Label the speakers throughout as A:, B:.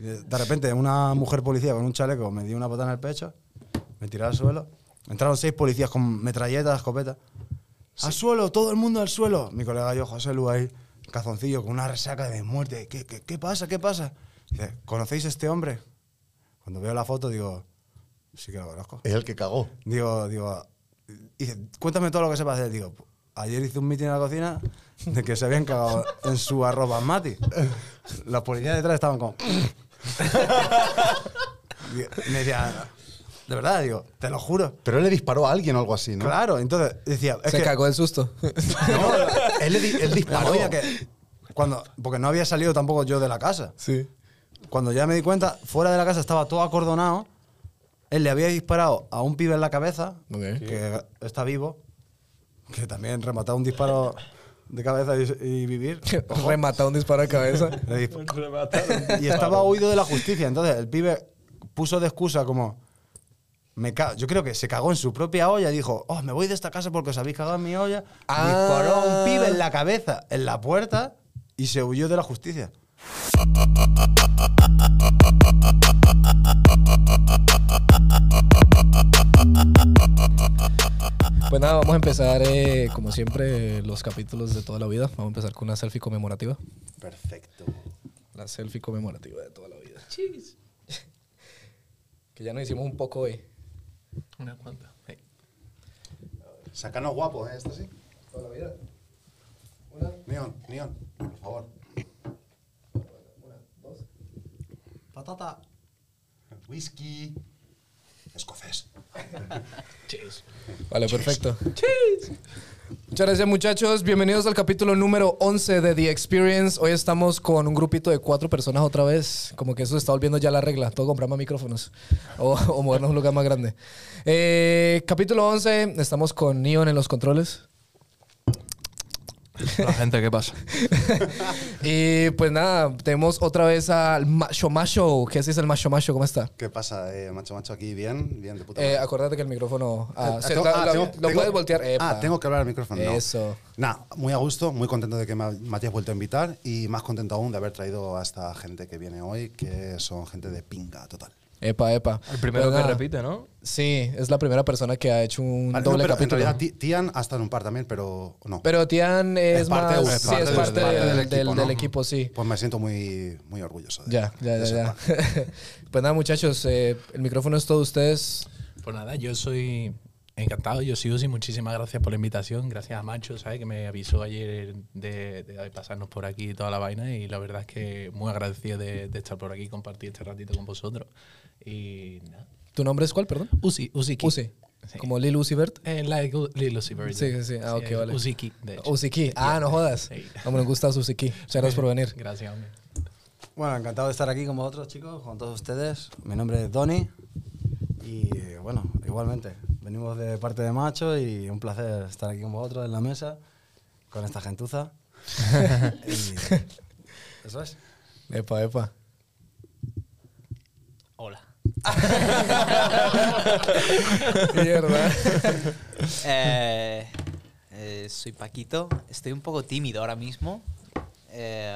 A: Eh, De repente, una mujer policía con un chaleco me dio una patada en el pecho, me tiró al suelo. Entraron seis policías con metralletas, escopetas. Al suelo, todo el mundo al suelo. Mi colega yo, José Lu, ahí, cazoncillo, con una resaca de muerte. ¿Qué, qué, qué pasa? ¿Qué pasa? Dice, ¿conocéis a este hombre? Cuando veo la foto digo, sí que lo conozco.
B: Es el que cagó.
A: Digo, digo, dice, cuéntame todo lo que sepas de él. Digo, ayer hice un mitin en la cocina de que se habían cagado en su arroba mati. Los policías detrás estaban como... Digo, y me decía, de verdad, digo, te lo juro.
B: Pero él le disparó a alguien o algo así, ¿no?
A: Claro, entonces decía, es
C: Se
A: que
C: cagó el susto.
A: No,
B: Él, le di- él
A: la
B: disparó.
A: movida que cuando, porque no había salido tampoco yo de la casa.
C: sí.
A: Cuando ya me di cuenta, fuera de la casa estaba todo acordonado. Él le había disparado a un pibe en la cabeza,
C: Ok.
A: que está vivo, que también remataba un disparo de cabeza y, y vivir.
C: Rematado un disparo de cabeza.
A: Le disp-
D: Remataron.
A: Y estaba huido de la justicia. Entonces el pibe puso de excusa como... Me ca- yo creo que se cagó en su propia olla y dijo, oh, me voy de esta casa porque os habéis cagado en mi olla.
C: Ah.
A: Disparó a un pibe en la cabeza, en la puerta, y se huyó de la justicia.
C: Pues nada, vamos a empezar, eh, como siempre, los capítulos de toda la vida. Vamos a empezar con una selfie conmemorativa.
B: Perfecto.
C: La selfie conmemorativa de toda la vida. que ya nos hicimos un poco hoy.
D: Una cuanta. Hey.
B: Sacanos guapos, ¿eh? Esto sí. Toda la vida. Neon, neon, por favor.
A: Patata.
B: Whisky. Escocés.
C: Vale, perfecto. Muchas gracias muchachos, bienvenidos al capítulo número 11 de The Experience. Hoy estamos con un grupito de cuatro personas otra vez, como que eso se está volviendo ya la regla, todo comprar más micrófonos o, o movernos a un lugar más grande. Eh, capítulo 11, estamos con Neon en los controles.
D: La gente, ¿qué pasa?
C: Y pues nada, tenemos otra vez al Macho Macho, ¿qué es el Macho Macho? ¿Cómo está?
B: ¿Qué pasa, eh, macho, macho? Aquí bien, bien de puta
C: Eh,
B: madre.
C: acuérdate que el micrófono... ah,
B: Ah,
C: se-
B: tengo-
C: la-
B: ah,
C: la-
B: tengo-
C: lo
B: tengo-
C: puedes voltear.
B: Ah,
C: epa.
B: tengo que hablar al micrófono. no.
C: Eso.
B: Nada, muy a gusto, muy contento de que me, ha- me hayas vuelto a invitar y más contento aún de haber traído a esta gente que viene hoy, que son gente de pinga total.
C: Epa, epa.
D: El primero
C: Pues
D: que
C: nada.
D: repite, ¿no?
C: Sí, es la primera persona que ha hecho un
B: Vale, no,
C: doble
B: pero en
C: capítulo.
B: realidad Ti- Tian ha estado en un par también, pero no.
C: pero Tian es,
B: Es parte
C: más.
B: de- es
C: sí,
B: parte
C: es
B: de-
C: parte
B: parte
C: del,
B: del
C: del- del
B: equipo,
C: equipo,
B: ¿no?
C: sí.
B: pues me siento muy, muy orgulloso. De,
C: Ya, ya,
B: de
C: ya.
B: ese
C: ya.
B: plan.
C: pues nada, muchachos, eh, el micrófono es todo de ustedes.
E: Pues nada, yo soy encantado, yo soy Uzi, muchísimas gracias por la invitación, gracias a Macho, ¿sabes? Que me avisó ayer de, de pasarnos por aquí y toda la vaina y la verdad es que muy agradecido de, de estar por aquí y compartir este ratito con vosotros. Y nada.
C: ¿Tu nombre es cuál, perdón?
E: Uzi, Uziki.
C: Uzi.
E: Sí.
C: Como Lil Uzi Vert.
E: Eh, like U- Lil Uzi Verde.
C: Sí, sí, sí. Ah, ok,
E: es
C: vale.
E: Uziki, de hecho.
C: Uziki. Ah, no jodas.
E: Sí.
C: Hombre, me gusta Uziki. Muchas gracias por venir.
E: Gracias, hombre.
A: Bueno, encantado de estar aquí con vosotros, chicos, con todos ustedes. Mi nombre es Doni y eh, bueno, igualmente, venimos de parte de Macho y un placer estar aquí con vosotros en la mesa, con esta gentuza. Y eso es.
C: Epa, epa.
D: Hola.
C: Mierda.
F: Eh, eh, soy Paquito. Estoy un poco tímido ahora mismo. Eh,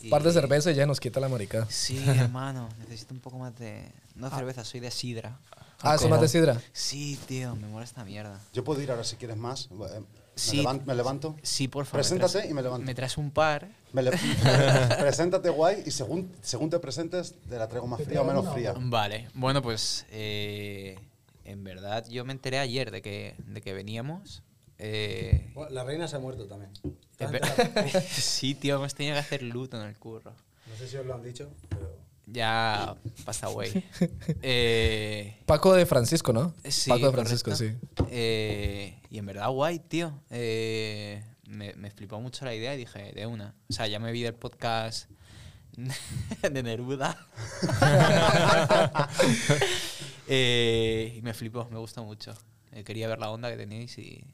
F: y-
C: Par de cerveza y ya nos quita la marica.
F: Sí, hermano. Necesito un poco más de. No cerveza, soy de sidra.
C: Ah, eso más de sidra.
F: Sí, tío, me mola esta mierda.
B: Yo puedo ir ahora si quieres más. Eh, Me,
F: Sí.
B: levan- me levanto.
F: Sí, por favor.
B: Preséntate
F: me traes-
B: y me levanto.
F: Me traes un par.
B: Me le- preséntate guay y según, según te presentes te la traigo más fría o menos fría.
F: Vale, bueno, pues eh, en verdad yo me enteré ayer de que, de que veníamos. Eh,
A: La reina se ha muerto también.
F: en ver- sí, tío, hemos tenido que hacer luto en el curro.
A: No sé si os lo han dicho, pero...
F: Ya pasa, güey. Eh,
C: Paco de Francisco, ¿no?
F: Sí,
C: Paco de Francisco,
F: correcto.
C: sí.
F: Eh, y en verdad, guay, tío. Eh, me, me flipó mucho la idea y dije, de una. O sea, ya me vi del podcast de Neruda. Eh, y me flipó, me gustó mucho. Eh, quería ver la onda que tenéis y,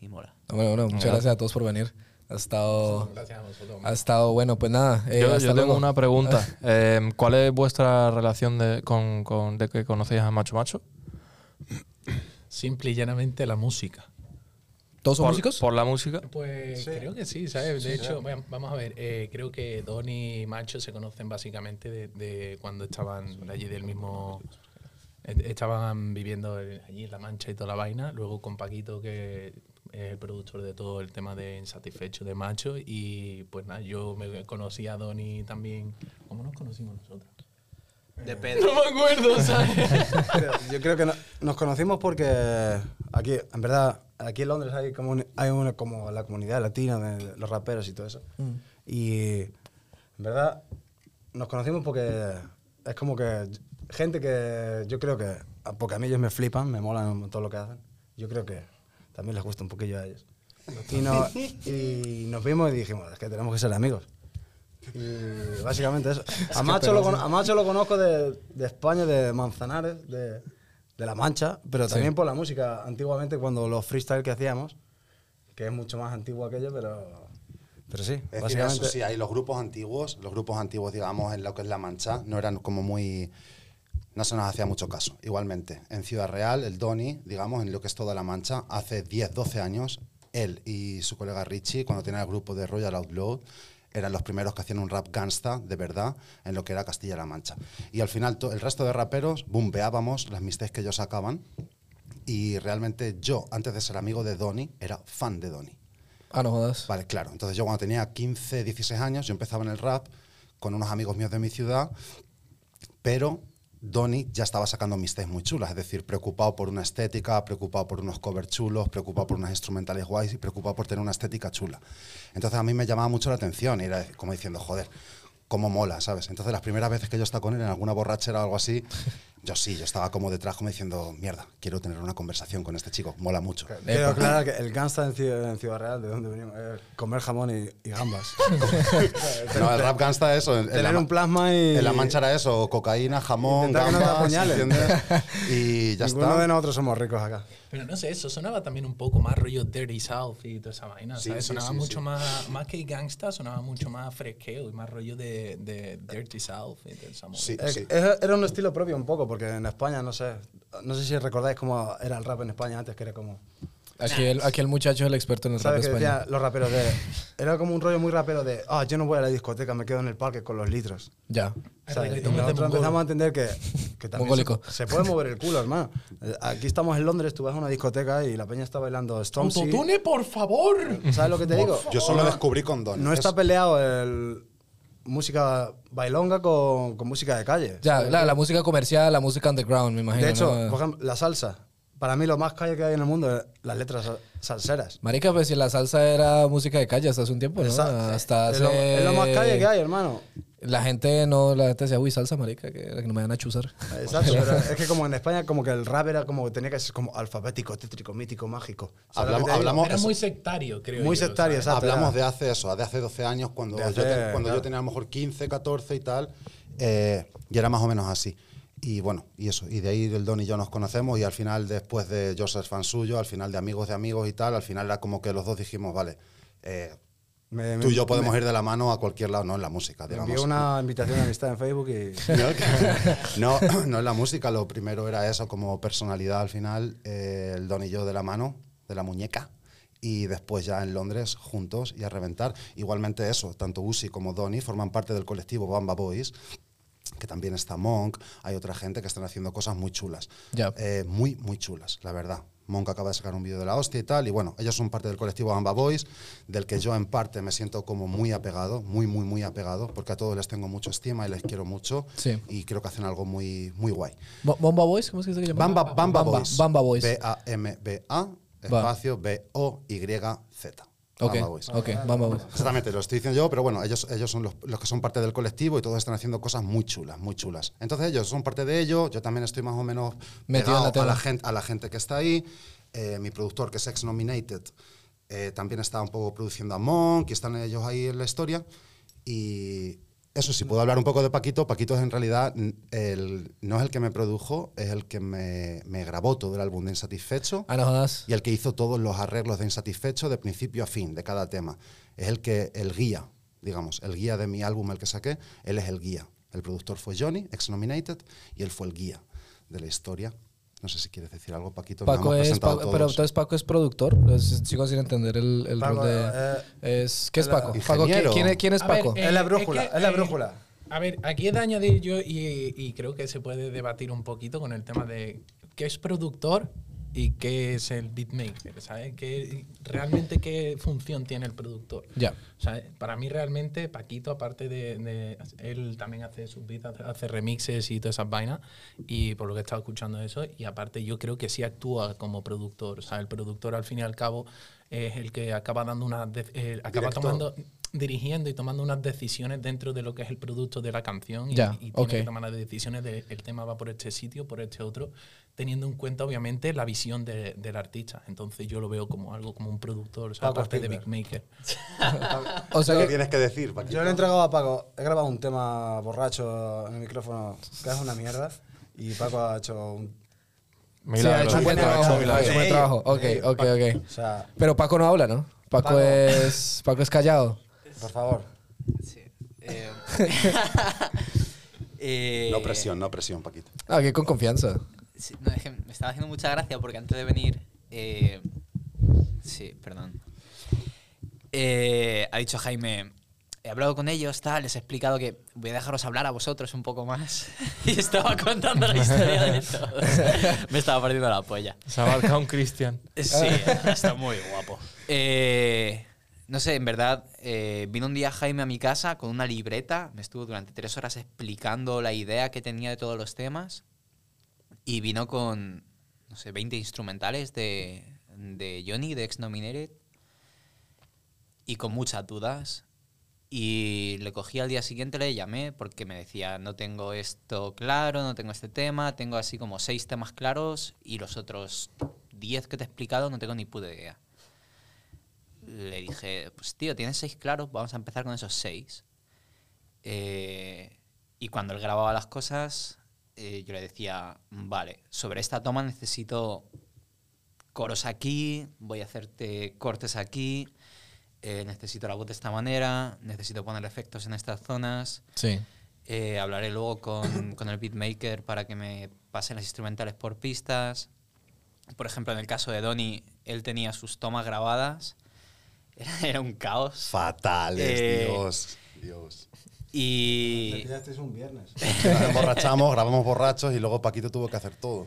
F: y mola.
C: No, Bueno, bueno, muchas gracias a todos por venir. Ha estado,
E: Gracias a vosotros.
C: ha estado bueno, pues nada. eh,
D: yo
C: hasta
D: yo tengo
C: luego.
D: una pregunta. Eh, ¿Cuál es vuestra relación de, con, con- de que conocéis a Macho Macho?
E: Simple y llanamente la música.
C: ¿Todos son
D: por,
C: músicos?
D: Por la música.
E: Pues
B: Sí.
E: creo que sí, ¿sabes?
B: Sí,
E: De
B: sí,
E: hecho,
B: sí.
E: bueno, vamos a ver, eh, creo que Don y Macho se conocen básicamente de, de cuando estaban allí del mismo... est- Estaban viviendo en- allí en La Mancha y toda la vaina, luego con Paquito, que es el productor de todo el tema de Insatisfecho de Macho, y pues nada, yo me conocí a Donny también. ¿Cómo nos conocimos nosotros?
F: De Pedro.
E: me acuerdo, ¿sabes?
A: Creo- Yo creo que no- nos conocimos porque aquí, en verdad, aquí en Londres hay como, un- hay una, como la comunidad latina de los raperos y todo eso. Y en verdad nos conocimos porque es como que gente que yo creo que, porque a mí ellos me flipan, me molan todo lo que hacen, yo creo que también les gusta un poquillo a ellos. Y, no- y nos vimos y dijimos, es que tenemos que ser amigos. Y Eh, básicamente eso. A Macho, lo, cono- a Macho lo conozco de, de España, de Manzanares, de, de La Mancha, pero también por la música. Antiguamente, cuando los freestyle que hacíamos, que es mucho más antiguo aquello, pero, pero sí,
B: Es decir,
A: básicamente.
B: eso sí, ahí los grupos antiguos, los grupos antiguos, digamos, en lo que es La Mancha, no eran como muy. No se nos hacía mucho caso. Igualmente, en Ciudad Real, el Doni, digamos, en lo que es toda La Mancha, hace 10, 12 años, él y su colega Richie, cuando tenían el grupo de Royal Outlaw, eran los primeros que hacían un rap gangsta de verdad en lo que era Castilla-La Mancha. Y al final, to- el resto de raperos bombeábamos las mistakes que ellos sacaban. Y realmente yo, antes de ser amigo de Donny, era fan de Donny.
C: Ah, no jodas.
B: Vale, claro. Entonces yo cuando tenía 15, 16 años, yo empezaba en el rap con unos amigos míos de mi ciudad, pero Donny ya estaba sacando mis test muy chulas, es decir, preocupado por una estética, preocupado por unos covers chulos, preocupado por unas instrumentales guays y preocupado por tener una estética chula. Entonces a mí me llamaba mucho la atención y era como diciendo, joder, cómo mola, ¿sabes? Entonces las primeras veces que yo estaba con él en alguna borrachera o algo así, yo sí, yo estaba como detrás como diciendo, mierda, quiero tener una conversación con este chico, mola mucho.
A: Quiero aclarar que el gangsta en Ciudad, en Ciudad Real, de donde venimos, es comer jamón y, y gambas.
B: No, el rap gangsta eso. en- en la
A: Tener
B: ma-
A: un plasma y.
B: En la mancha era eso, cocaína, jamón,
A: Intentar que no te
B: gambas,
A: apuñalen.
B: ¿entiendes? Y ya
A: Ninguno de
B: está.
A: nosotros somos ricos acá.
E: Pero no sé, eso sonaba también un poco más rollo Dirty South y toda esa vaina,
B: Sí,
E: ¿sabes?
B: sí,
E: sonaba
B: sí,
E: mucho
B: sí.
E: más, más que gangsta, sonaba mucho más fresqueo y más rollo de, de Dirty South y toda esa movida.
B: Sí,
A: Es-
B: sí.
A: es- era un estilo propio un poco, porque en España, no sé, no sé si recordáis cómo era el rap en España antes, que era como...
C: Aquí el, aquí el muchacho es el experto en el rap de
A: ¿Sabes qué
C: España.
A: decían los raperos de... Era como un rollo muy rapero de, ah, yo no voy a la discoteca, me quedo en el parque con los litros.
C: Ya.
A: ¿Sabes? Y
E: reggaetón de
A: nosotros
E: mongolo.
A: empezamos a entender que, que también
C: Mongólico.
A: se, se puede mover el culo, hermano. Eh, Aquí estamos en Londres, tú vas a una discoteca y la peña está bailando Stormzy.
E: ¡Autotune, por favor!
A: ¿Sabes lo que te digo?
B: Yo solo descubrí con Don.
A: No está peleado el música bailonga con, con música de calle.
C: Ya, la, la música comercial, la música underground, me imagino.
A: De hecho,
C: ¿no?
A: por ejemplo, la salsa. Para mí lo más calle que hay en el mundo es las letras sal- salseras.
C: Marica, pues si la salsa era música de calle hasta hace un tiempo, ¿no?
A: Esa-
C: Hasta
A: es, lo,
C: hace-
A: es lo más calle que hay, hermano.
C: La gente no, la gente decía, uy, salsa, marica, que, que no me van a chuzar.
A: Exacto, pero es que como en España como que el rap era como tenía que ser como alfabético, tétrico, mítico, mágico. ¿Sabes lo que
B: Hablamos,
A: te digo?
B: hablamos,
E: Era muy sectario, creo
A: Muy
E: yo,
A: sectario,
E: ¿sabes?
A: exacto.
B: hablamos de
A: era.
B: hace eso, de hace 12 años, cuando,
A: De
B: yo,
A: hace,
B: ten- cuando
A: claro.
B: yo tenía a lo mejor 15, 14 y tal, eh, y era más o menos así. Y bueno, y eso, y de ahí el Don y yo nos conocemos, y al final, después de yo ser fan suyo, al final de amigos de amigos y tal, al final era como que los dos dijimos, vale, eh,
A: Me-
B: tú y yo
A: me-
B: podemos ir de la mano a cualquier lado, no en la música,
A: me
B: digamos.
A: envió una invitación a amistad en Facebook y
E: Eh,
B: No, no es la música, lo primero era eso, como personalidad al final, eh, el don y yo de la mano, de la muñeca, y después ya en Londres juntos y a reventar. Igualmente eso, tanto Usi como Donny forman parte del colectivo Bamba Boys, que también está Monk, hay otra gente que están haciendo cosas muy chulas.
C: Ya.
B: Eh, muy, muy chulas, la verdad. Monk acaba de sacar un vídeo de la hostia y tal, y bueno, ellos son parte del colectivo Bamba Boys, del que yo en parte me siento como muy apegado, muy, muy, muy apegado, porque a todos les tengo mucho estima y les quiero mucho,
C: Sí.
B: y creo que hacen algo muy, muy guay.
C: Bo- ¿Bomba Boys? ¿Cómo es que se llama?
B: Bamba, Bamba, Boys.
C: Bamba Boys.
B: B-A-M-B-A, espacio B-O-Y-Z.
C: ok,
B: Bamba Boys.
C: ok, Bamba Boys.
B: Exactamente, lo estoy diciendo yo, pero bueno, ellos, ellos son los, los que son parte del colectivo y todos están haciendo cosas muy chulas, muy chulas. Entonces ellos son parte de ello, yo también estoy más o menos
C: Metido en
B: pegado
C: la
B: a,
C: tela.
B: la gente, a la gente que está ahí. Eh, mi productor, que es Ex Nominated, eh, también está un poco produciendo a Monk, que están ellos ahí en la historia. Y eso, si puedo hablar un poco de Paquito, Paquito es en realidad n- el, no es el que me produjo, es el que me, me grabó todo el álbum de Insatisfecho
C: Ah, no jodas.
B: y el que hizo todos los arreglos de Insatisfecho de principio a fin de cada tema. Es el que el guía, digamos, el guía de mi álbum, el que saqué, él es el guía. El productor fue Johnny, ex-nominated, y él fue el guía de la historia. No sé si quieres decir algo, Paquito. que lo
C: Paco
B: hemos
C: es,
B: presentado
C: Paco- pero
B: todos.
C: entonces Paco es productor. Pues, sigo sin entender el, el
A: Paco,
C: rol de. es, ¿Qué es
A: hola.
C: Paco? Paco ¿quién,
B: Ingeniero.
C: quién es, quién es
E: A
C: Paco?
E: ver,
A: Es la
E: Eh, es
A: brújula, es,
E: que,
A: la
E: eh,
A: brújula.
E: A ver, aquí he de añadir yo y, y creo que se puede debatir un poquito con el tema de qué es productor y qué es el beatmaker, ¿sabes? ¿Qué, realmente qué función tiene el productor.
C: ya.
E: O sea, para mí realmente Paquito, aparte de, de- Él también hace sus beats, hace- hace remixes y todas esas vainas. Y por lo que he estado escuchando eso. Y aparte yo creo que sí actúa como productor. O sea, el productor al fin y al cabo es el que acaba dando una... de- eh, acaba
B: Director.
E: tomando dirigiendo y tomando unas decisiones dentro de lo que es el producto de la canción y,
C: Ya,
E: y tiene
C: ok.
E: que tomar las decisiones de el tema va por este sitio, por este otro, teniendo en cuenta obviamente la visión de- del artista. Entonces yo lo veo como algo como un productor, o sea,
A: Paco
E: aparte de
A: Spielberg.
E: Big Maker.
C: O sea,
B: ¿Qué
C: que-
B: tienes que decir, Paquito?
A: Yo le he entregado a Paco, he grabado un tema borracho en el micrófono que es una mierda y Paco ha hecho un...
C: sí, ha
D: Milagro,
C: hecho un buen
A: Milagro,
C: trabajo.
A: milagro.
C: Ha hecho un buen
A: Sí.
C: trabajo. Ok,
A: Sí,
C: ok, ok.
A: O sea,
C: Pero Paco no habla, ¿no? Paco,
A: Paco.
C: es Paco es callado.
A: por favor.
F: Sí. Eh, eh,
B: No presión, no presión, Paquito.
C: Ah, que con confianza.
F: sí, no, es que me estaba haciendo mucha gracia porque antes de venir. eh, sí, perdón. Eh, ha dicho Jaime. He hablado con ellos, tal, les he explicado que voy a dejaros hablar a vosotros un poco más. Y estaba contando la historia de todos. Me estaba perdiendo la polla.
D: Se ha marcado un Cristian.
F: Sí, está muy guapo. Ah. Eh, no sé, en verdad, eh, vino un día Jaime a mi casa con una libreta, me estuvo durante tres horas explicando la idea que tenía de todos los temas y vino con, no sé, 20 instrumentales de, de Johnny, de Ex Nominated, y con muchas dudas. Y le cogí al día siguiente, le llamé porque me decía, no tengo esto claro, no tengo este tema, tengo así como seis temas claros y los otros diez que te he explicado no tengo ni puta idea. Le dije, pues tío, tienes seis claros, vamos a empezar con esos seis. Eh, y cuando él grababa las cosas, eh, yo le decía, vale, sobre esta toma necesito coros aquí, voy a hacerte cortes aquí, eh, necesito la voz de esta manera, necesito poner efectos en estas zonas.
C: Sí.
F: Eh, hablaré luego con, con el beatmaker para que me pasen las instrumentales por pistas. Por ejemplo, en el caso de Donny, él tenía sus tomas grabadas. Era, era un caos.
B: Fatales,
F: Eh,
B: Dios. Dios.
A: Te
F: Y
A: pillasteis un viernes.
B: Nos emborrachamos, grabamos borrachos y luego Paquito tuvo que hacer todo.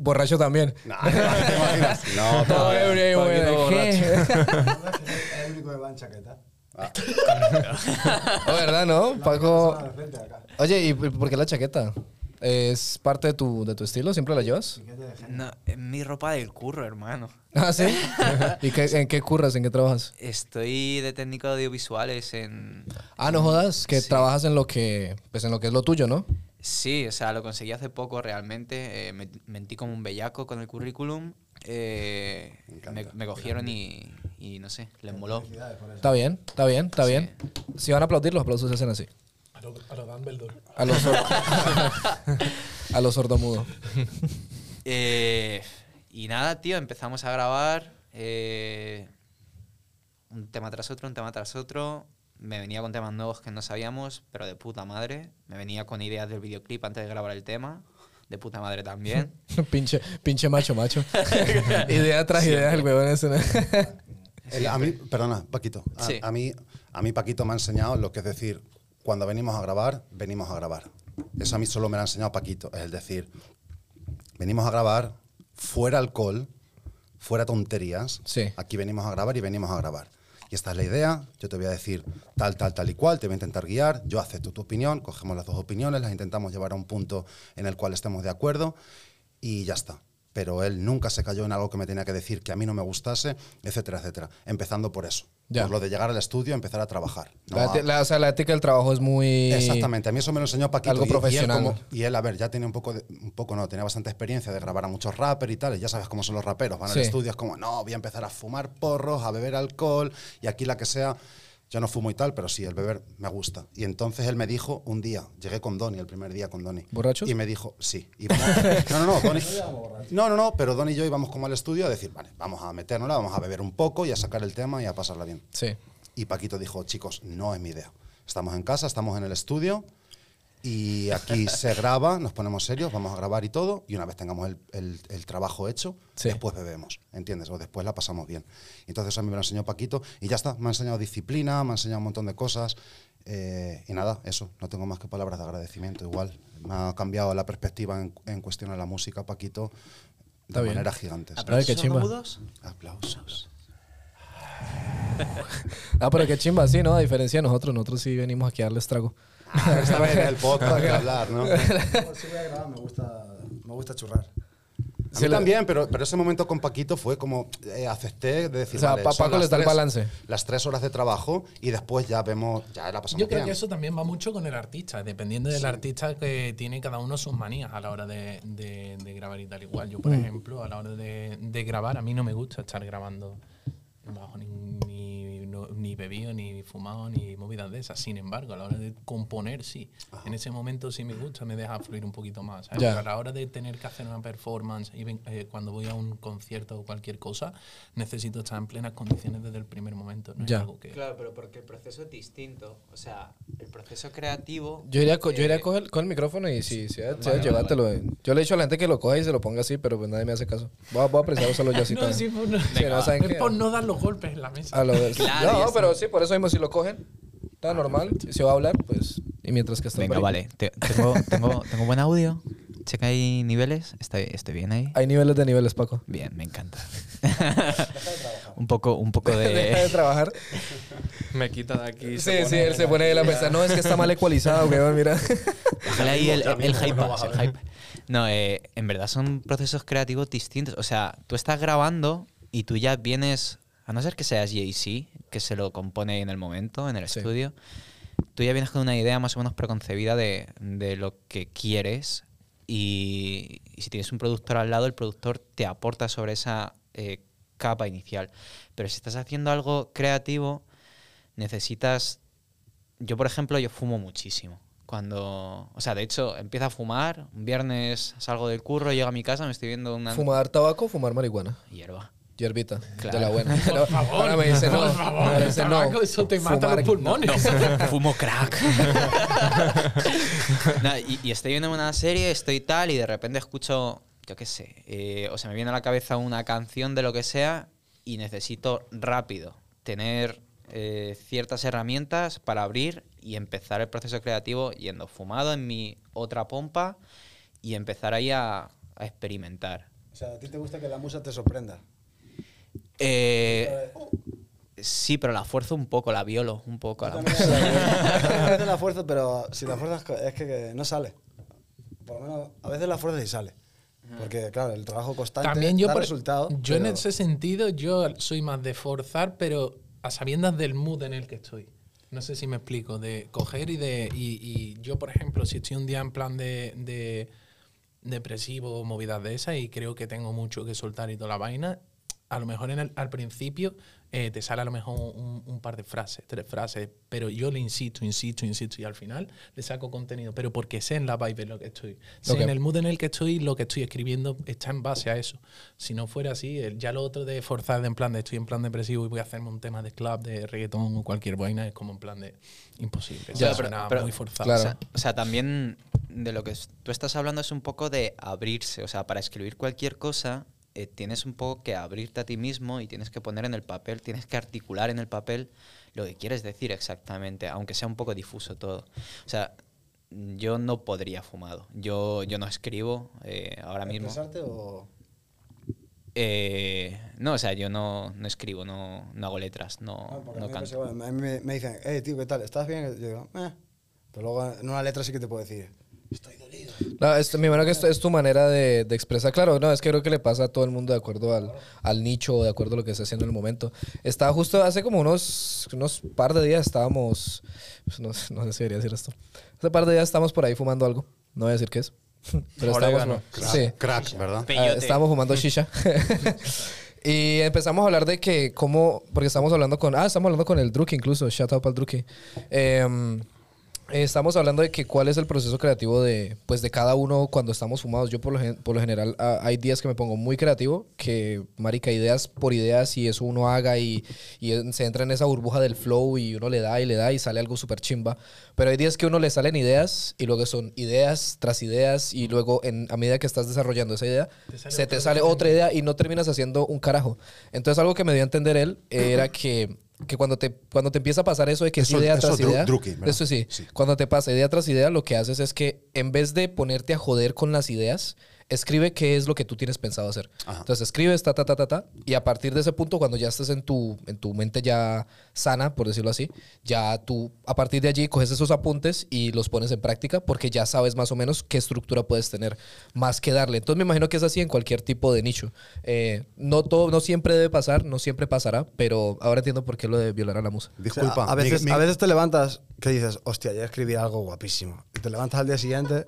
C: Borracho también.
B: No, ¿te imaginas? No,
C: No,
B: todavía.
C: eh, güey, ¿qué?
A: es el único que va en chaqueta.
C: No, ¿Verdad, no? Paco.
A: Persona de frente acá.
C: Oye, ¿y por qué la chaqueta? ¿Es parte de tu, de tu estilo? ¿Siempre la llevas?
A: Piquete de gente.
F: no, es mi ropa del curro, hermano.
C: Ah, sí. ¿Y qué- en qué curras? ¿En qué trabajas?
F: Estoy de técnico de audiovisuales en...
C: Ah, no jodas, que
F: Sí.
C: trabajas en lo que, pues en lo que es lo tuyo, ¿no?
F: Sí, o sea, lo conseguí hace poco realmente. eh, me- mentí como un bellaco con el currículum. eh,
B: Me
F: me,
B: encanta.
F: me cogieron y, y no sé, les moló.
A: Felicidades por eso.
C: Está bien, está bien, está bien. Si van a aplaudir, los aplausos se hacen así.
E: A lo, a lo Dumbledore.
C: A los, sor- a los sordomudos.
F: Eh, y nada, tío, empezamos a grabar eh, un tema tras otro, un tema tras otro. Me venía con temas nuevos que no sabíamos, pero de puta madre. Me venía con ideas del videoclip antes de grabar el tema. De puta madre también.
C: pinche, pinche macho, macho. idea tras idea, el huevón ese. ¿no?
B: El- a mí, perdona, Paquito. A,
F: Sí.
B: a mí, a mí Paquito me ha enseñado lo que es decir, cuando venimos a grabar, venimos a grabar. Eso a mí solo me lo ha enseñado Paquito. Es decir, venimos a grabar fuera alcohol, fuera tonterías.
C: Sí.
B: Aquí venimos a grabar y venimos a grabar. Y esta es la idea. Yo te voy a decir tal, tal, tal y cual. Te voy a intentar guiar. Yo acepto tu opinión. Cogemos las dos opiniones, las intentamos llevar a un punto en el cual estemos de acuerdo y ya está. Pero él nunca se cayó en algo que me tenía que decir que a mí no me gustase, etcétera, etcétera. Empezando por eso.
C: Ya.
B: Por lo de llegar al estudio, empezar a trabajar. No
C: La
B: a-
C: eti- la- o sea, la ética del trabajo es muy...
B: Exactamente, a mí eso me lo enseñó Paquito.
C: Algo
B: y- y él
C: profesional.
B: como- Y él, a ver, ya tenía un poco, de- un poco no, tenía bastante experiencia de grabar a muchos rappers y tal, y ya sabes cómo son los raperos, van
C: Sí.
B: al estudio, es como, no, voy a empezar a fumar porros, a beber alcohol, y aquí la que sea, yo no fumo y tal, pero sí, el beber me gusta. Y entonces él me dijo un día, llegué con Donny, el primer día con Donny.
C: ¿Borrachos?
B: Y me dijo, sí. íbamos- no, no, no, Donny. No, no, no, pero Donny y yo íbamos como al estudio a decir, vale, vamos a meternos, vamos a beber un poco y a sacar el tema y a pasarla bien.
C: Sí.
B: Y Paquito dijo, chicos, no es mi idea. Estamos en casa, estamos en el estudio Y aquí se graba, nos ponemos serios, vamos a grabar y todo. Y una vez tengamos el, el- el trabajo hecho,
C: Sí.
B: después bebemos, ¿entiendes? O después la pasamos bien. Entonces eso a mí me lo enseñó Paquito y ya está. Me ha enseñado disciplina, me ha enseñado un montón de cosas. eh, y nada, eso. No tengo más que palabras de agradecimiento igual. Me ha cambiado la perspectiva en, en cuestión a la música, Paquito, de
C: Está bien.
B: manera gigante.
C: Ay, qué chimba.
F: sordomudos?
B: Aplausos.
C: Ah, pero qué chimba, sí, ¿no? A diferencia de nosotros, nosotros sí venimos aquí a darles trago.
B: Esta vez en el podcast que hablar, ¿no?
A: Si voy a grabar, me gusta, me gusta churrar.
B: A
C: Sí,
B: mí
C: la-
B: también, pero, pero ese momento con Paquito fue como eh, acepté de decir.
C: O sea,
B: vale,
C: pa-
B: son
C: Paco
B: las
C: les da el
B: tres-
C: balance.
B: Las tres horas de trabajo y después ya vemos, ya la pasamos
E: Yo creo
B: bien.
E: que eso también va mucho con el artista, dependiendo del artista que tiene cada uno sus manías a la hora de, de- de grabar y tal igual. Yo, por
C: Mm.
E: ejemplo, a la hora de, de grabar, a mí no me gusta estar grabando bajo ni, ni, no- ni bebido, ni fumado, ni movidas de esas. Sin embargo, a la hora de componer, sí. En ese momento sí me gusta, me deja fluir un poquito más. ¿sabes?
C: Ya.
E: Pero a la hora de tener que hacer una performance, y ven- eh, cuando voy a un concierto o cualquier cosa, necesito estar en plenas condiciones desde el primer momento. No es
C: Ya.
E: algo que...
F: Claro, pero porque el proceso es distinto. O sea, el proceso creativo.
C: Yo iría, co- yo iría a
F: eh,
C: coger con el micrófono y si sí, llévatelo. eh. Yo le he dicho a la gente que lo coja y se lo ponga así, pero pues nadie me hace caso. Voy a, voy a apreciar solo yo así
E: No,
C: también.
E: sí, pues. por no,
C: Sí, no, ¿saben
E: es
C: qué?
E: por no dar los golpes en la mesa.
C: A lo del-
F: Claro, ya
C: no,
F: está.
C: pero sí, por eso mismo si lo cogen, está normal. Si va a hablar, pues... Y mientras que está...
F: Ah, Venga,
C: por ahí.
F: vale. Te- tengo, tengo, tengo buen audio. Checa ahí niveles. Estoy, estoy bien ahí.
C: Hay niveles de niveles, Paco.
F: Bien, me encanta. un poco, un poco
C: Deja de
F: de.
C: trabajar.
D: Me quita de aquí.
C: Sí, sí, él se pone de la mesa. No, es que está mal ecualizado, weón, mira.
F: Déjale ahí el,
B: Ya
F: el,
B: mismo, ya
F: hype
B: mismo,
F: pass,
B: no vas
F: el
B: a
F: hype. No, eh, en verdad son procesos creativos distintos. O sea, tú estás grabando y tú ya vienes. A no ser que seas Jay-Z, que se lo compone en el momento, en el
C: Sí.
F: estudio. tú ya vienes con una idea más o menos preconcebida de, de lo que quieres y, y si tienes un productor al lado, el productor te aporta sobre esa eh, capa inicial. Pero si estás haciendo algo creativo, necesitas... Yo, por ejemplo, yo fumo muchísimo. Cuando, o sea, de hecho, empiezo a fumar, un viernes salgo del curro, llego a mi casa, me estoy viendo una
C: Fumar tabaco, fumar marihuana.
F: hierba.
C: Hierbita,
F: Claro.
C: de la buena. Pero
E: Por favor,
C: ahora me dice no.
E: por favor,
C: ahora me dice
E: el
C: no.
E: tabaco, eso te mata
C: Fumar-
E: los pulmones.
F: Fumo crack. Nada, y, y estoy viendo una serie, estoy tal, y de repente escucho, yo qué sé, eh, o se me viene a la cabeza una canción de lo que sea, y necesito rápido tener eh, ciertas herramientas para abrir y empezar el proceso creativo yendo fumado en mi otra pompa y empezar ahí a, a experimentar.
A: O sea, ¿a ti te gusta que la musa te sorprenda?
F: Eh, sí, pero la fuerzo un poco, la violo un poco a la
A: También
F: música.
A: a veces la fuerza, pero si la fuerza es que, que no sale. Por lo menos a veces la fuerza sí sale. Porque, claro, el trabajo constante
E: También yo,
A: da
E: por-
A: resultado.
E: yo en
A: pero-
E: ese sentido, yo soy más de forzar, pero a sabiendas del mood en el que estoy. No sé si me explico, de coger y de... Y, y yo, por ejemplo, si estoy un día en plan de, de depresivo o movidas de esas y creo que tengo mucho que soltar y toda la vaina, a lo mejor en el- al principio eh, te sale a lo mejor un, un par de frases, tres frases, pero yo le insisto, insisto, insisto y al final le saco contenido, pero porque sé en la vibe en lo que estoy. Sé
C: Ok.
E: en el mood en el que estoy, lo que estoy escribiendo está en base a eso. Si no fuera así, el- ya lo otro de forzar de en plan de estoy en plan depresivo y voy a hacerme un tema de club, de reggaetón o cualquier vaina, es como en plan de imposible.
F: Ya,
E: Ya,
F: pero-
E: suena
F: pero-
E: muy forzado.
C: claro.
F: O sea, o sea, también de lo que es- tú estás hablando es un poco de abrirse. O sea, para escribir cualquier cosa eh, tienes un poco que abrirte a ti mismo y tienes que poner en el papel, tienes que articular en el papel lo que quieres decir exactamente, aunque sea un poco difuso todo. O sea, yo no podría fumado. Yo, yo no escribo eh, ahora mismo.
A: ¿Expresarte o.?
F: Eh, no, o sea, yo no, no escribo, no, no hago letras, no,
A: Ah, porque
F: no
A: a mí me pasa
F: canto.
A: igual. A mí me, me dicen, hey, tío, ¿qué tal? ¿Estás bien? Yo digo, eh. Pero luego en una letra sí que te puedo decir.
C: No, es, me imagino que esto es tu manera de, de expresar. Claro, no, es que creo que le pasa a todo el mundo de acuerdo al, al nicho, de acuerdo a lo que está haciendo en el momento. Estaba justo hace como unos, unos par de días estábamos, pues, no, sé- no sé si debería decir esto. Hace par de días estábamos por ahí fumando algo. No voy a decir qué es. Pero estábamos,
D: Orégano.
B: Crack,
C: sí,
B: Ah, crack, ¿verdad?
C: Ah, estábamos fumando shisha. y empezamos a hablar de que cómo, porque estamos hablando con, ah, estamos hablando con el Druki incluso, shout out al Druki. Em, eh, estamos hablando de que cuál es el proceso creativo de, pues, de cada uno cuando estamos fumados. Yo por lo, gen- por lo general ah, hay días que me pongo muy creativo, que marica, ideas por ideas y eso uno haga y, y en- se entra en esa burbuja del flow y uno le da y le da y sale algo súper chimba. Pero hay días que uno le salen ideas y luego son ideas tras ideas y luego en, a medida que estás desarrollando esa idea,
E: Te sale
C: se te
E: otra
C: sale otra idea y no terminas haciendo un carajo. Entonces algo que me dio a entender él eh, era que... Que cuando te, cuando te empieza a pasar eso de que es
B: Eso-
C: idea
B: eso
C: tras
B: dru-
C: idea,
B: druqui, ¿verdad?
C: eso sí,
B: Sí.
C: cuando te pasa idea tras idea, lo que haces es que en vez de ponerte a joder con las ideas, escribe qué es lo que tú tienes pensado hacer.
B: Ajá.
C: Entonces escribes, ta, ta, ta, ta, ta, y a partir de ese punto, cuando ya estés en tu, en tu mente ya sana, por decirlo así, ya tú, a partir de allí, coges esos apuntes y los pones en práctica porque ya sabes más o menos qué estructura puedes tener, más que darle. Entonces me imagino que es así en cualquier tipo de nicho. Eh, no, todo, no siempre debe pasar, no siempre pasará, pero ahora entiendo por qué lo de violar a la musa.
A: O sea,
B: Disculpa.
A: a, veces,
B: mi- mi-
A: a veces te levantas que dices, hostia, ya escribí algo guapísimo. Y te levantas al día siguiente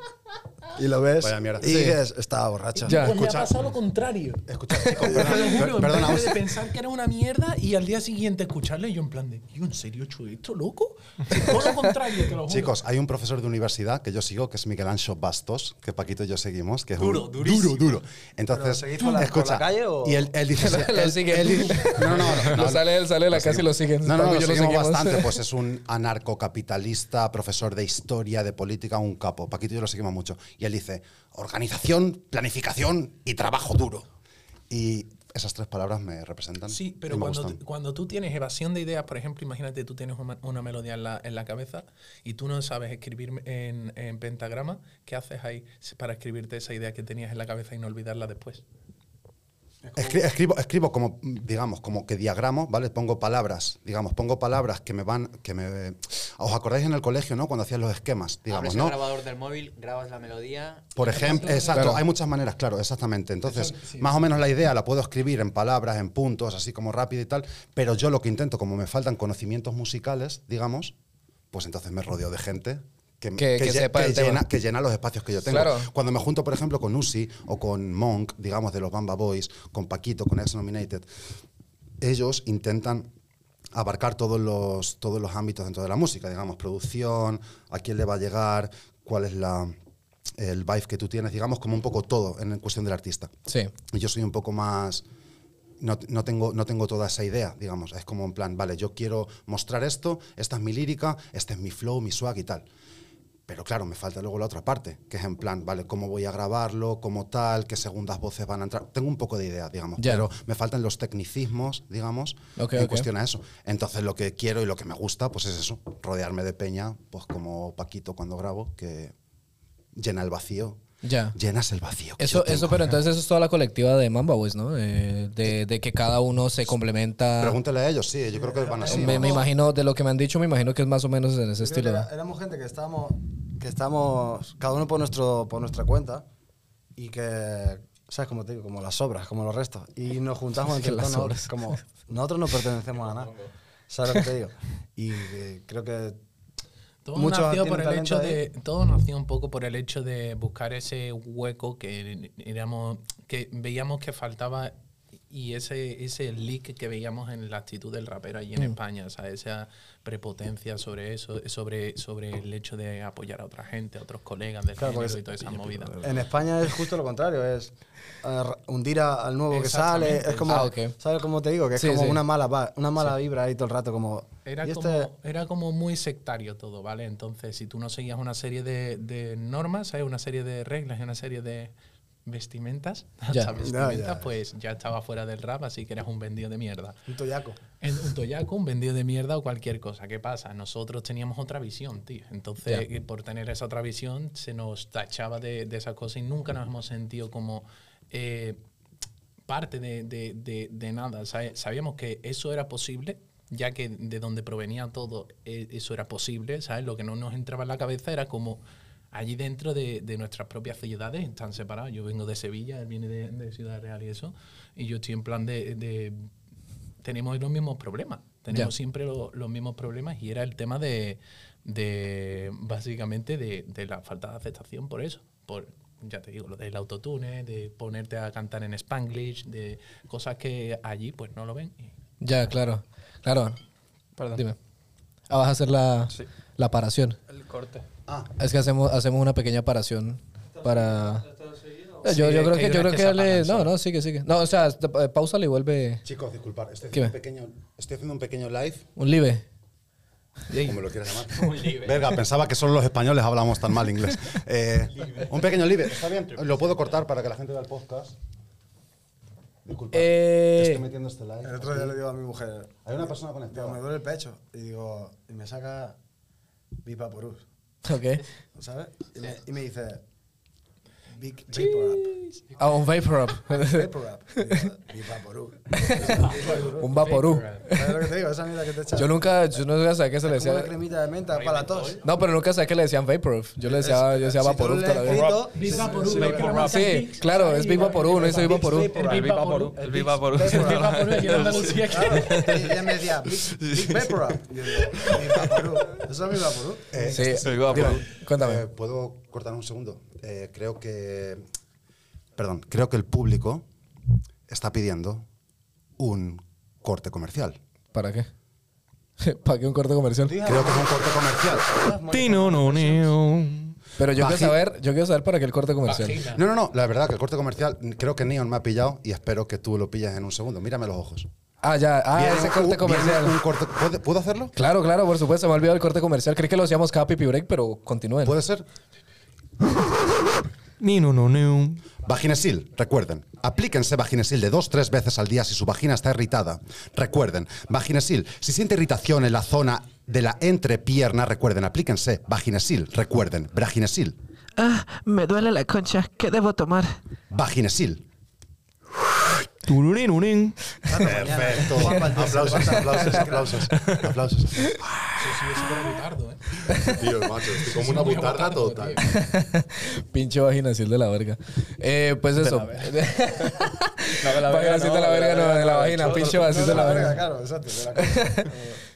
A: y lo ves
B: Vaya mierda.
A: y
B: Sí.
A: dices, estaba borracho.
C: Ya.
E: Pues me ha
B: Escucha-
E: pasado lo contrario.
B: Escucha, chicos,
E: Te lo
B: perdona,
E: juro,
B: per-
E: en
B: perdona,
E: plan de
B: un-
E: pensar que era una mierda y al día siguiente escucharlo y yo en plan de, "Tío, ¿en serio he hecho esto, loco? Todo lo contrario, te lo juro.
B: Chicos, hay un profesor de universidad que yo sigo, que es Miguel Ancho Bastos, que Paquito y yo seguimos. Que es un-
F: Duro, durísimo.
B: Duro, duro. Entonces,
A: seguís por la- por
B: escucha,
A: la calle o-
B: Y él, él dice...
C: Lo- lo
B: él-
C: siguen.
B: él dice- no, no, no.
C: Lo
B: no,
C: sale él, sale de la casa y lo siguen.
B: No, no, no,
C: Paco
B: lo
C: y yo lo
B: seguimos
C: seguimos.
B: bastante. Pues es un anarcocapitalista, profesor de historia, de política, un capo. Paquito y yo lo seguimos mucho. Y él dice, organización, planificación y trabajo duro. Y esas tres palabras me representan.
E: Sí,
B: y
E: pero
B: me
E: cuando,
B: gustan.
E: t- cuando tú tienes evasión de ideas, por ejemplo, imagínate tú tienes una, una melodía en la, en la cabeza y tú no sabes escribir en, en pentagrama, ¿qué haces ahí para escribirte esa idea que tenías en la cabeza y no olvidarla después?
B: Escri- escribo, escribo como, mm, digamos, como que diagramo, ¿vale? Pongo palabras, digamos, pongo palabras que me van, que me... ¿Os acordáis en el colegio, no? Cuando hacías los esquemas, digamos,
F: Abres
B: ¿no?
F: el grabador del móvil, grabas la melodía.
B: Por ejemplo, exacto,
C: Claro.
B: hay muchas maneras, claro, exactamente. Entonces, más o menos la idea la puedo escribir en palabras, en puntos, así como rápido y tal, pero yo lo que intento, como me faltan conocimientos musicales, digamos, pues entonces me rodeo de gente que,
C: Que- que
B: lle-
C: sepa el tema.
B: llena, que llena los espacios que yo tengo.
C: Claro.
B: Cuando me junto, por ejemplo, con Uzi o con Monk, digamos, de los Bamba Boys, con Paquito, con Ex Nominated, ellos intentan abarcar todos los, todos los ámbitos dentro de la música, digamos, producción, a quién le va a llegar, cuál es la, el vibe que tú tienes, digamos, como un poco todo en cuestión del artista.
C: Sí.
B: Y yo soy un poco más... No, no tengo, no tengo toda esa idea, digamos. Es como en plan, vale, yo quiero mostrar esto, esta es mi lírica, este es mi flow, mi swag y tal. Pero claro, me falta luego la otra parte, que es en plan, vale, cómo voy a grabarlo, cómo tal, qué segundas voces van a entrar. Tengo un poco de idea, digamos,
C: Ya.
B: pero me faltan los tecnicismos, digamos,
C: Ok,
B: en
C: ok.
B: cuestión a eso. Entonces, lo que quiero y lo que me gusta, pues es eso, rodearme de peña, pues como Paquito cuando grabo, que llena el vacío.
C: Ya.
B: Llenas el vacío. que yo
C: Ah. Eso,
B: tengo.
C: eso, pero entonces eso es toda la colectiva de Mamba Boys, ¿no? Eh, de, de que cada uno se complementa.
B: Pregúntale a ellos, sí, yo creo que van así.
C: Ah. me,
B: ¿no?
C: me imagino, de lo que me han dicho, me imagino que es más o menos en ese
A: Yo creo que
C: estilo.
A: era- éramos gente que estábamos, que estábamos cada uno por, nuestro, por nuestra cuenta y que, ¿sabes cómo te digo? Como las obras, como los restos. Y nos juntamos entre
C: las
A: todos, ¿no?
C: obras.
A: como nosotros no pertenecemos a nada. ¿Sabes lo que te digo? Y eh, creo que
E: Todo
A: Muchos
E: nació
A: tienen
E: por el
A: talento
E: hecho
A: ahí.
E: de todo nació un poco por el hecho de buscar ese hueco que éramos que veíamos que faltaba y ese ese leak que veíamos en la actitud del rapero allí en
A: Mm.
E: España, o sea, esa prepotencia sobre eso, sobre sobre el hecho de apoyar a otra gente, a otros colegas del
A: Claro,
E: género
A: porque
E: y toda esa movida.
A: en España es justo lo contrario, es eh, hundir a- al nuevo que sale.
E: Exactamente.
A: Es como,
C: Ah, ok.
A: ¿sabes cómo te digo? Que es
C: Sí,
A: como
C: sí.
A: una mala, va- una mala vibra ahí todo el rato, como...
E: Era,
A: "¿Y este
E: como, era como muy sectario todo, ¿vale? Entonces, si tú no seguías una serie de, de normas, ¿sabes? una serie de reglas y una serie de vestimentas,
C: Ya.
E: hasta
A: Ya,
E: vestimentas,
A: ya.
E: pues ya estaba fuera del rap, así que eras un vendido de mierda.
A: Un toyaco.
E: En un toyaco, un vendido de mierda o cualquier cosa. ¿Qué pasa? Nosotros teníamos otra visión, tío. Entonces, y por tener esa otra visión, se nos tachaba de, de esas cosas y nunca nos hemos sentido como eh, parte de, de- de- de nada. Sa- Sabíamos que eso era posible, ya que de donde provenía todo, eh, eso era posible, ¿sabes? Lo que no nos entraba en la cabeza era como allí dentro de, de nuestras propias ciudades están separados. Yo vengo de Sevilla, él viene de, de Ciudad Real y eso, y yo estoy en plan de- de tenemos los mismos problemas. Tenemos
C: Ya.
E: siempre lo- los mismos problemas y era el tema de, de, básicamente, de, de la falta de aceptación por eso. Por, ya te digo, lo del autotune, de ponerte a cantar en spanglish, de cosas que allí pues no lo ven. Y
C: Ya, claro. Claro.
D: Perdón.
C: Dime. Ah, vas a hacer la, la paración.
E: El corte.
B: Ah,
C: Es que hacemos, hacemos una pequeña paración para... Eh, Yo,
E: Sí,
C: yo creo
E: que hay
C: que, yo
E: unas
C: creo
E: que
C: que
E: se
C: dale-
E: apagan,
C: No,
E: sí.
C: no, sigue, sigue. No, o sea, eh, pausale y vuelve
B: chicos, disculpad. Estoy
C: Dime.
B: haciendo, un pequeño, estoy haciendo un pequeño live,
C: un live.
B: como lo quieras llamar. Verga, pensaba que solo los españoles hablamos tan mal inglés. Eh, un pequeño live. Está bien, lo puedo cortar para que la gente vea el podcast. Disculpad.
C: Eh.
B: estoy metiendo este live.
A: El otro día le digo a mi mujer.
B: Hay una persona conectada.
A: Digo, me duele el pecho. Y digo, y me saca Vipaporus,
C: Ok.
A: ¿sabes? Y, me, y me dice, Big Vapor Up.
C: Ah, un vapor up.
A: Vapor Up. Y digo, Vipaporus.
C: un vaporú.
A: ¿Sabes lo que te digo? Esa mierda que te echa.
C: Yo nunca, yo no sabía que se le
A: como una
C: decía...
A: cremita de menta para la tos.
C: No, pero nunca sabía que le decían vapor. Yo le decía, yo decía
A: Si tú
C: vaporú
A: lees
C: toda la vida.
A: escrito,
E: Sí, Vaporub.
C: Sí, claro, es Big Vaporú, no dice Big Vaporú.
D: El Viva por U. El Viva por U.
A: Claro, y ella me decía, Big, Big Vapor Up. Y yo digo, Vipaporus. Eso es Vipaporus.
B: Eh,
C: Sí,
D: Sí, Viva por U.
C: dime, cuéntame.
B: Eh, ¿Puedo cortar un segundo? Eh, creo que. Perdón, creo que el público está pidiendo un corte comercial.
C: ¿Para qué? ¿Para qué un corte comercial?
B: Creo que es un corte comercial.
D: Tino, no, no.
C: Pero yo quiero
B: Vagina.
C: saber, yo quiero saber para qué el corte comercial.
B: No, no, no, la verdad que el corte comercial, creo que Neon me ha pillado y espero que tú lo pilles en un segundo. Mírame los ojos.
C: Ah, ya, ah,
B: Viene
C: ese
B: un-
C: corte
B: viene
C: comercial.
B: un corte- ¿puedo, puedo hacerlo?
C: Claro, claro, por supuesto, me ha olvidado el corte comercial. Creí que lo hacíamos cada pipi break, pero continúen.
B: ¿Puede ser?
D: Nino, no, no.
B: Vaginesil, recuerden, aplíquense vaginesil de dos tres veces al día si su vagina está irritada. Recuerden, vaginesil, si siente irritación en la zona de la entrepierna, recuerden, aplíquense vaginesil, recuerden, vaginesil,
G: Ah, me duele la concha. ¿Qué debo tomar?
B: vaginesil.
D: Tururururín.
B: Perfecto. Aplausos, aplausos, aplausos, aplausos.
E: ¿eh?
B: Tío, macho, estoy como una butarra total.
C: Pinche vaginasil de la verga. Eh, pues eso.
D: de la verga,
C: Vaginasil de la
D: no,
C: verga, no, de la
A: No,
C: vagina. Pinche vaginasil de la verga.
A: Claro, exacto. de la concha.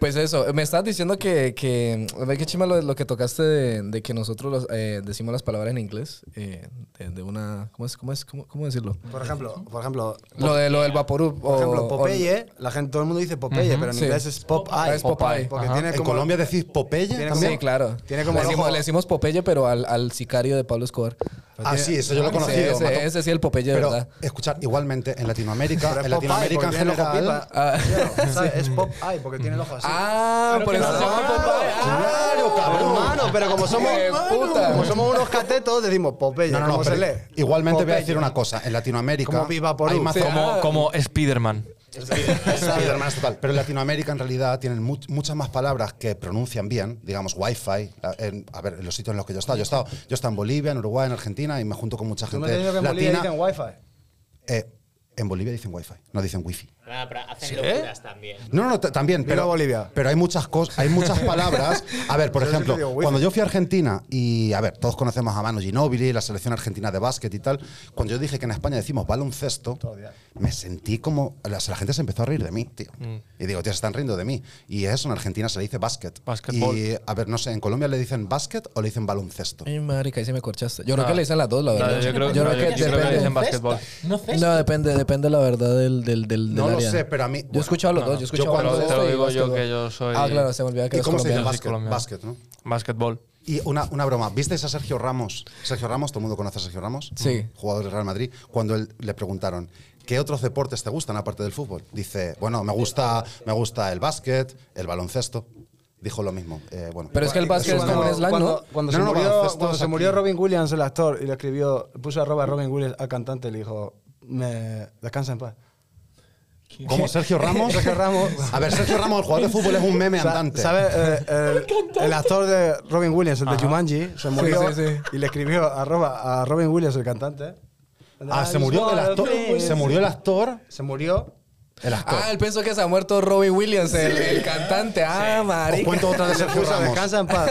C: Pues eso, me estabas diciendo que, que ve que chima lo, lo que tocaste de, de que nosotros los, eh, decimos las palabras en inglés, eh, de, de una, ¿cómo es, cómo es, cómo, cómo decirlo?
A: Por ejemplo, por ejemplo,
C: Lo de lo del vaporub.
A: Por ejemplo, Popeye, la gente, todo el mundo dice Popeye, pero en
C: sí.
A: inglés es Popeye.
C: Ah, es Popeye,
A: Porque
C: ajá.
A: tiene
B: ¿En
A: como-
B: Colombia decís Popeye?
A: tiene
C: Sí,
A: como-
C: claro.
A: tiene como
C: le,
A: el
C: decimos,
A: ojo-
C: le decimos Popeye, pero al, al sicario de Pablo Escobar.
B: Ah, sí, eso yo lo he
C: Sí,
B: conocido. mató-
C: ese, ese sí el Popeye, de
B: Pero,
C: verdad.
B: escuchar, igualmente, en Latinoamérica,
A: Pero
B: en
A: es Popeye porque
B: Latinoamérica en
A: tiene el ojo
B: general...
A: pipa. Claro, ¿sabes? Es Popeye porque tiene el ojo así.
C: Ah, por eso se llama Popeye.
A: Claro, cabrón. Hermano, pero como somos,
C: ¡Qué puta!
A: como somos unos catetos, decimos Popeye.
B: No, no, no,
A: ¿Cómo se
B: pero
A: lee?
B: igualmente voy a
A: Popeye.
B: decir una cosa. En Latinoamérica
A: Como Viva por
B: hay
A: un.
B: más...
C: Sí. ah.
D: Como, como Spiderman.
B: Spiderman es total. Pero en Latinoamérica en realidad tienen mu- muchas más palabras que pronuncian bien, digamos Wi-Fi. la- en- a ver, en los sitios en los que yo he estado. Yo he estado, yo he estado en Bolivia, en Uruguay, en Argentina y me junto con mucha
A: Tú me
B: gente
A: has dicho que en Bolivia
B: latina.
A: dicen Wi-Fi.
B: Eh, en Bolivia dicen Wi-Fi, no dicen Wi-Fi.
H: Ah, pero hacen locuras también.
B: No, no, no, t- también,
A: Viva
B: pero,
A: Bolivia.
B: pero hay muchas cosas, hay muchas palabras. A ver, por
A: Yo siempre
B: ejemplo,
A: digo wifi.
B: cuando yo fui a Argentina y, a ver, todos conocemos a Manu Ginóbili, la selección argentina de básquet y tal, cuando yo dije que en España decimos baloncesto, me sentí como, la, la gente se empezó a reír de mí, tío.
C: Mm.
B: Y digo, tío, se están riendo de mí. Y eso, en Argentina se le dice básquet.
D: Basquetbol.
B: Y, a ver, no sé, ¿en Colombia le dicen básquet o le dicen baloncesto?
C: Ay, marica, ahí se me corchaste. Yo creo
D: No.
C: que le dicen las dos, la verdad.
D: No, Ah. yo creo, no, yo- yo creo que
C: depende.
D: dicen básquetbol.
E: No
C: No, depende, depende la verdad del, del, del,
B: No
C: del
B: lo
C: área.
B: sé, pero a mí-
C: Yo he
B: bueno,
C: escuchado los
D: no,
C: dos, yo he
D: no.
C: escuchado
B: Yo cuando-
C: los
B: te lo
C: dos y
D: digo yo
C: básquetbol.
D: que yo soy-
C: Ah, claro, se me olvida que
B: ¿Y
C: eres
B: cómo se dice
C: colombiano.
D: Sí,
B: básquet?
D: colombiano.
B: Básquet, ¿no?
D: Básquetbol.
B: Y una, una broma, ¿visteis a Sergio Ramos? Sergio Ramos, todo el mundo conoce a Sergio Ramos,
C: Sí.
B: jugador del Real Madrid, cuando él, le preguntaron, ¿qué otros deportes te gustan aparte del fútbol? Dice, bueno, me gusta, me gusta el básquet, el baloncesto. Dijo lo mismo. eh, bueno,
C: Pero es que el básquet es como un slang, ¿no?
A: Cuando, cuando
B: No,
A: se,
B: no,
A: murió,
B: baloncesto
A: cuando
B: es
A: se
B: aquí.
A: murió Robin Williams, el actor, y le escribió, puso arroba a Robin Williams al cantante, le dijo, me descansa en paz.
B: Como Sergio Ramos.
A: Sergio Ramos.
B: A ver, Sergio Ramos, el jugador de fútbol, es un meme
A: Sa-
B: andante.
A: ¿Sabes? Eh, el, el actor de Robin Williams, el de Jumanji, se murió
C: sí, sí.
A: y le escribió arroba a Robin Williams, el cantante.
B: Ah, se murió el actor. Se murió el actor.
A: Se murió.
B: El actor.
C: Ah, él pensó que se ha muerto Robbie Williams, el, el cantante. Ah,
B: Os
C: marica.
B: cuento otra de Sergio
A: Puso,
B: Ramos.
A: descansa en paz.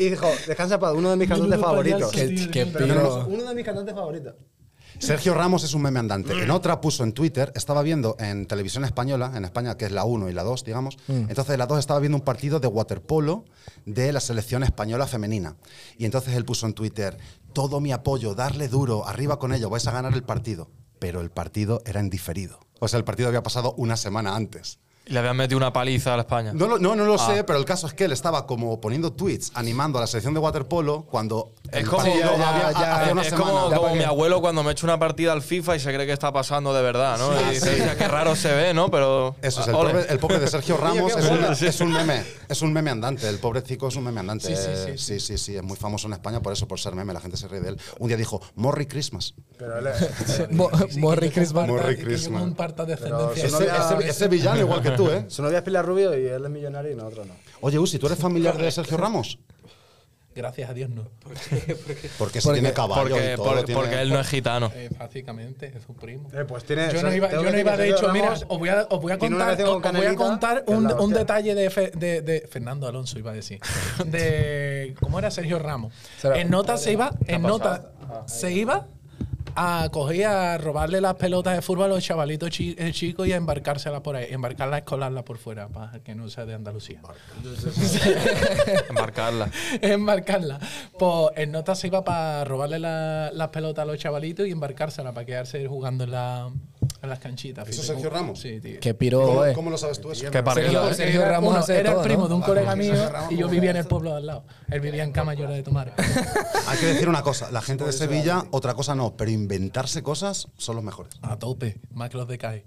A: y dijo, descansa en paz, uno de mis cantantes favoritos.
C: Qué, qué
A: Pero
C: piro.
A: no, uno de mis cantantes favoritos.
B: Sergio Ramos es un meme andante. En otra puso en Twitter, estaba viendo en televisión española, en España, que es la 1 y la 2, digamos.
D: Mm.
B: Entonces, la 2 estaba viendo un partido de waterpolo de la selección española femenina. Y entonces él puso en Twitter, todo mi apoyo, darle duro, arriba con ello, vais a ganar el partido. Pero el partido era en diferido. O sea, el partido había pasado una semana antes.
D: Le habían metido una paliza a la España.
B: No, lo- no, no lo
D: Ah.
B: sé, pero el caso es que él estaba como poniendo tweets animando a la selección de waterpolo cuando.
D: Es
B: el
D: como,
B: partido
D: ya,
B: había-
C: ya,
B: hace una
D: es
B: semana.
D: como, como
C: qué?
D: mi abuelo cuando me echa una partida al FIFA y se cree que está pasando de verdad, ¿no? y dice, "Hostia, qué raro se ve, ¿no? Pero.
B: Eso es, el
D: Ah, Ole.
B: pobre, el pobre de Sergio Ramos es un, es un meme, es un meme andante, el pobre chico es un meme andante.
E: Sí, sí,
B: Eh, sí, sí, sí, es muy famoso en España por eso, por ser meme, la gente se ríe de él. Un día dijo, Morri Christmas.
A: Pero él es-
C: Mo- Morri Christmas.
B: Morri
E: Morri Christmas.
B: Christmas.
E: comparta descendencia.
A: Pero
B: Ese, ese- ese villano igual que tú, ¿eh?
A: Su novia es Pilar Rubio y él es millonario y nosotros no.
B: Oye, Usi, ¿tú eres familiar de Sergio Ramos?
E: Gracias a Dios no.
B: Porque si
C: Porque-
B: tiene caballo
D: Porque,
B: y todo,
D: por-
B: tiene-
D: porque él no es gitano.
E: Eh, básicamente, es un primo.
A: Eh, pues tiene.
E: Yo no iba, yo no iba, de hecho, mira,
A: oh,
E: os voy a, os voy a
A: tiene una
E: contar,
A: relación
E: os
A: con
E: voy a
A: Canelita,
E: contar
A: que es
E: un,
A: la
E: un
A: hostia.
E: detalle de, Fe- de- de Fernando Alonso, iba a decir. De, ¿Cómo era Sergio Ramos?
C: Será-
E: En nota se iba, en nota
A: Ah,
E: se iba a coger a robarle las pelotas de fútbol a los chavalitos chi- eh, chicos y a embarcárselas por ahí, embarcarlas, escolarlas por fuera, para que no sea de Andalucía.
D: Embarcarla.
E: embarcarla. Pues en nota se iba para robarle la- las pelotas a los chavalitos y embarcárselas para quedarse jugando en, la- en las canchitas.
B: ¿Eso
E: Fíjate
B: Sergio
E: cómo-
B: Ramos?
E: Sí, tío.
C: Qué
B: ¿Cómo,
C: piro, eh.
B: cómo lo sabes tú eso?
D: Qué parguela,
B: pues,
E: Sergio,
D: ¿eh?
E: Sergio
C: Sergio
E: Ramos
C: Ramos hace
E: era
C: todo,
E: el primo
C: ¿no?
E: de Ah, un colega mío
B: Ramos
E: y yo vivía en el pueblo de al lado. Él vivía en Camayola de Tomar.
B: Hay que decir una cosa, la gente de Sevilla, otra cosa no, pero inventarse cosas son los mejores.
E: A tope, más que los de CAE.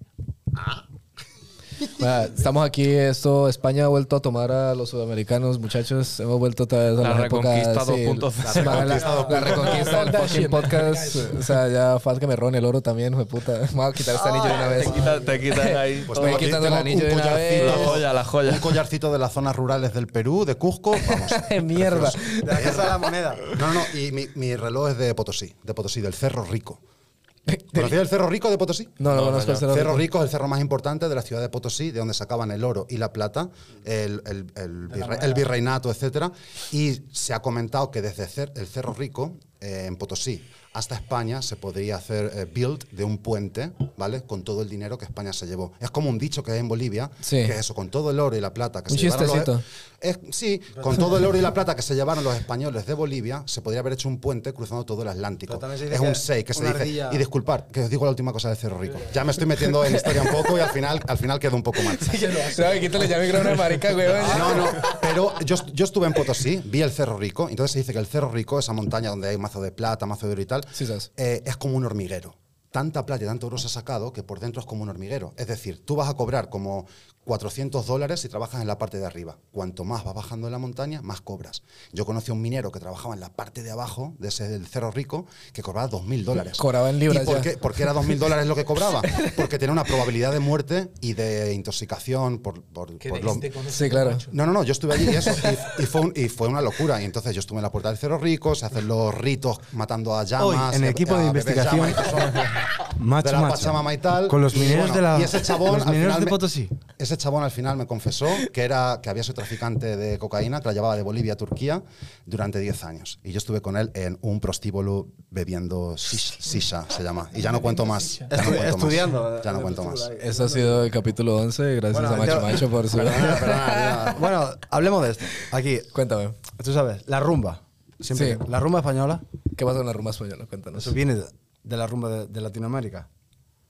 C: Bueno, estamos aquí, esto, España ha vuelto a tomar a los sudamericanos, muchachos. Hemos vuelto otra vez a
D: La
C: la,
D: reconquista
C: época, sí,
D: 2.0.
C: La, la- la reconquista del fucking podcast. O sea, ya falta que me roben el oro también, hijo de puta. Me voy a quitar este anillo de una vez.
D: Te quitan, te quitan ahí.
B: Pues
C: Me
B: tengo aquí-
C: quitando el
B: tengo
C: anillo
B: un
C: de una vez.
B: collarcito.
D: La joya, la
B: Un
D: joya.
B: collarcito de las zonas rurales del Perú, de Cusco, vamos.
C: De mierda.
A: De la casa de la moneda.
B: No, no, no, y mi, mi reloj es de Potosí, de Potosí, del Cerro Rico. ¿Conocías el Cerro Rico de Potosí?
C: No, no, no, es
B: Cerro, Rico es el cerro más importante de la ciudad de Potosí, de donde sacaban el oro y la plata, el, el- el virre- el virreinato, etc. Y se ha comentado que desde cer- el Cerro Rico, eh, en Potosí, hasta España se podría hacer eh, build de un puente, ¿vale? Con todo el dinero que España se llevó. Es como un dicho que hay en Bolivia,
C: Sí.
B: que es eso, con todo el oro y la plata que
C: Un
B: se llevaron los- e-,
C: chistecito.
B: es- sí, con todo el oro y la plata que se llevaron los españoles de Bolivia, se podría haber hecho un puente cruzando todo el Atlántico.
A: Pero también se dice
B: Es un
A: que
B: 6 que se
A: una
B: dice.
A: ardilla-
B: Y disculpar, que os digo la última cosa de Cerro Rico. Ya me estoy metiendo en historia un poco y al final, al final quedo un poco mal.
C: ¿Sabes? Quítale ya el micrófono de marica, güey.
B: Ah, No, no, pero yo, est- yo estuve en Potosí, vi el Cerro Rico, entonces se dice que el Cerro Rico, esa montaña donde hay mazo de plata, mazo de oro y tal,
C: Sí, sabes.
B: eh, es como un hormiguero. Tanta plata y tanto oro se ha sacado que por dentro es como un hormiguero. Es decir, tú vas a cobrar como 400 dólares si trabajas en la parte de arriba. Cuanto más vas bajando en la montaña, más cobras. Yo conocí a un minero que trabajaba en la parte de abajo de ese del Cerro Rico que cobraba 2.000 dólares.
C: Cobraba en libras
B: ¿Y por
C: ya.
B: qué? porque era 2.000 dólares lo que cobraba. Porque tenía una probabilidad de muerte y de intoxicación por, por,
E: Que
B: por
E: de-
B: lo-
E: este conoce
C: Sí, claro.
E: mucho.
B: no, no, no, yo estuve allí y eso. Y, y fue un- y fue una locura. Y entonces yo estuve en la puerta del Cerro Rico, se hacen los ritos matando a llamas.
A: Hoy, en el
B: a-
A: equipo
B: a
A: de
B: bebés
A: investigación,
B: llamas y cosas.
A: Macho,
B: de la
A: macho.
B: Pachamama y tal.
A: Con los
B: Y
A: mineros
B: bueno,
A: de la.
B: y ese chabón,
A: Los
B: al
A: mineros
B: final
A: de
B: me-
A: Potosí.
B: Ese chabón al final me confesó que, era, que había sido traficante de cocaína, que la llevaba de Bolivia a Turquía durante 10 años. Y yo estuve con él en un prostíbulo bebiendo shisha, shisha, se llama. Y ya no cuento más. Ya no
A: Estu-
B: cuento más.
A: estudiando.
B: Ya no cuento más.
C: Eso ha sido el capítulo 11. Gracias
A: Bueno,
C: a Macho
A: ya-
C: Macho por su.
B: Perdona, perdona, ya.
A: Bueno, hablemos de esto. Aquí,
C: Cuéntame.
A: tú sabes, la rumba. Siempre.
C: Sí.
A: La rumba española,
C: ¿Qué pasa con la rumba española? Cuéntanos.
A: eso viene de- de la rumba de, de Latinoamérica.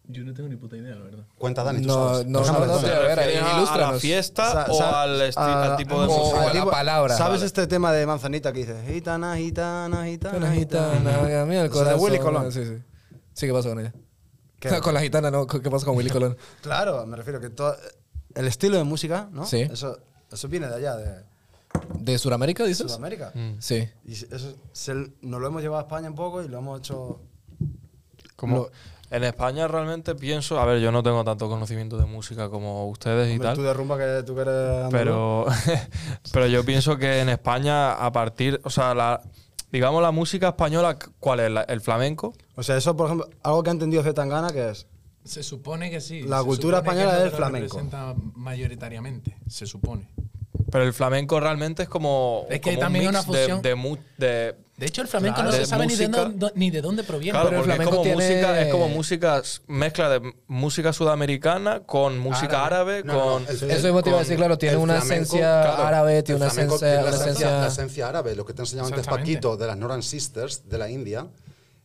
E: Yo no tengo ni puta idea, la verdad.
B: Cuenta, Dani, tú
C: No,
B: sabes.
C: no,
B: Tú
C: no,
B: sabes,
C: no,
B: tú
C: te-
B: sabes.
C: a ver,
D: ¿Refieres a la
C: ilústranos.
D: fiesta
A: Sa-
D: o
A: sa-
D: al, esti-
A: a-
D: al tipo de
C: o
D: música?
C: a la palabra.
A: ¿Sabes
C: Vale.
A: este tema de Manzanita que dice gitana, gitana, gitana,
C: Una gitana, amiga mía, el
A: O sea, de
C: corazón.
A: Willy Colón.
C: Sí, sí. Sí, ¿qué pasa con ella?
A: ¿Qué?
C: No, con la gitana, no. ¿Qué pasa con Willy Colón?
A: Claro, me refiero que todo el estilo de música, ¿no?
C: Sí.
A: Eso, eso viene de allá, de
C: ¿De Sudamérica, dices?
A: Sudamérica.
D: Mm.
C: Sí.
A: Y eso se- nos lo hemos llevado a España un poco y lo hemos hecho.
D: Como-
A: Lo-
D: en España realmente pienso, a ver, yo no tengo tanto conocimiento de música como ustedes y
A: Hombre,
D: tal.
A: Tú de rumba que tú que eres andaluz.
D: pero, pero yo pienso que en España, a partir, o sea, la, digamos la música española, ¿cuál es? La- ¿El flamenco?
A: O sea, eso, por ejemplo, algo que ha entendido Zetangana, que es.
E: Se supone que sí.
A: La
E: se
A: cultura
E: supone que
A: española
E: lo
A: es
E: que
A: flamenco.
E: representa mayoritariamente, se supone.
D: Pero el flamenco realmente es como.
E: Es que
D: como un
E: también
D: mix
E: una fusión.
D: De, de mu- de-
E: De hecho, el flamenco
D: Claro.
E: no se
D: De
E: sabe ni de,
D: música.
E: dónde- ni de dónde proviene.
D: claro,
C: pero el
D: porque es
C: flamenco
D: como,
C: tiene-
D: música, es como música, s- mezcla de música sudamericana con música árabe,
B: No, no,
D: con.
B: no, el- el-
C: Eso mismo te iba a decir, claro, tiene
B: el
C: una
B: flamenco,
C: esencia
B: claro,
C: árabe, tiene
B: el
C: una
B: flamenco
C: esencia.
B: tiene
C: Una
B: la esencia, la
C: esencia
B: esencia árabe, lo que te enseñaba antes
E: Exactamente.
B: Paquito de las Noran Sisters de la India,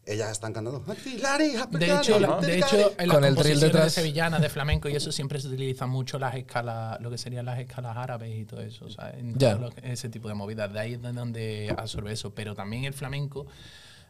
B: ellas están cantando. "Atilari,
E: De hecho,
B: atilari,
E: la- de
B: atilari".
E: hecho, en las
C: Con el drill
E: composiciones
C: detrás.
E: de sevillanas, de flamenco y eso, siempre se utilizan mucho las escalas, lo que serían las escalas árabes y todo eso, ¿sabes? En
C: Ya.
E: todo lo que- ese tipo de movidas. De ahí es de donde absorbe eso. Pero también el flamenco,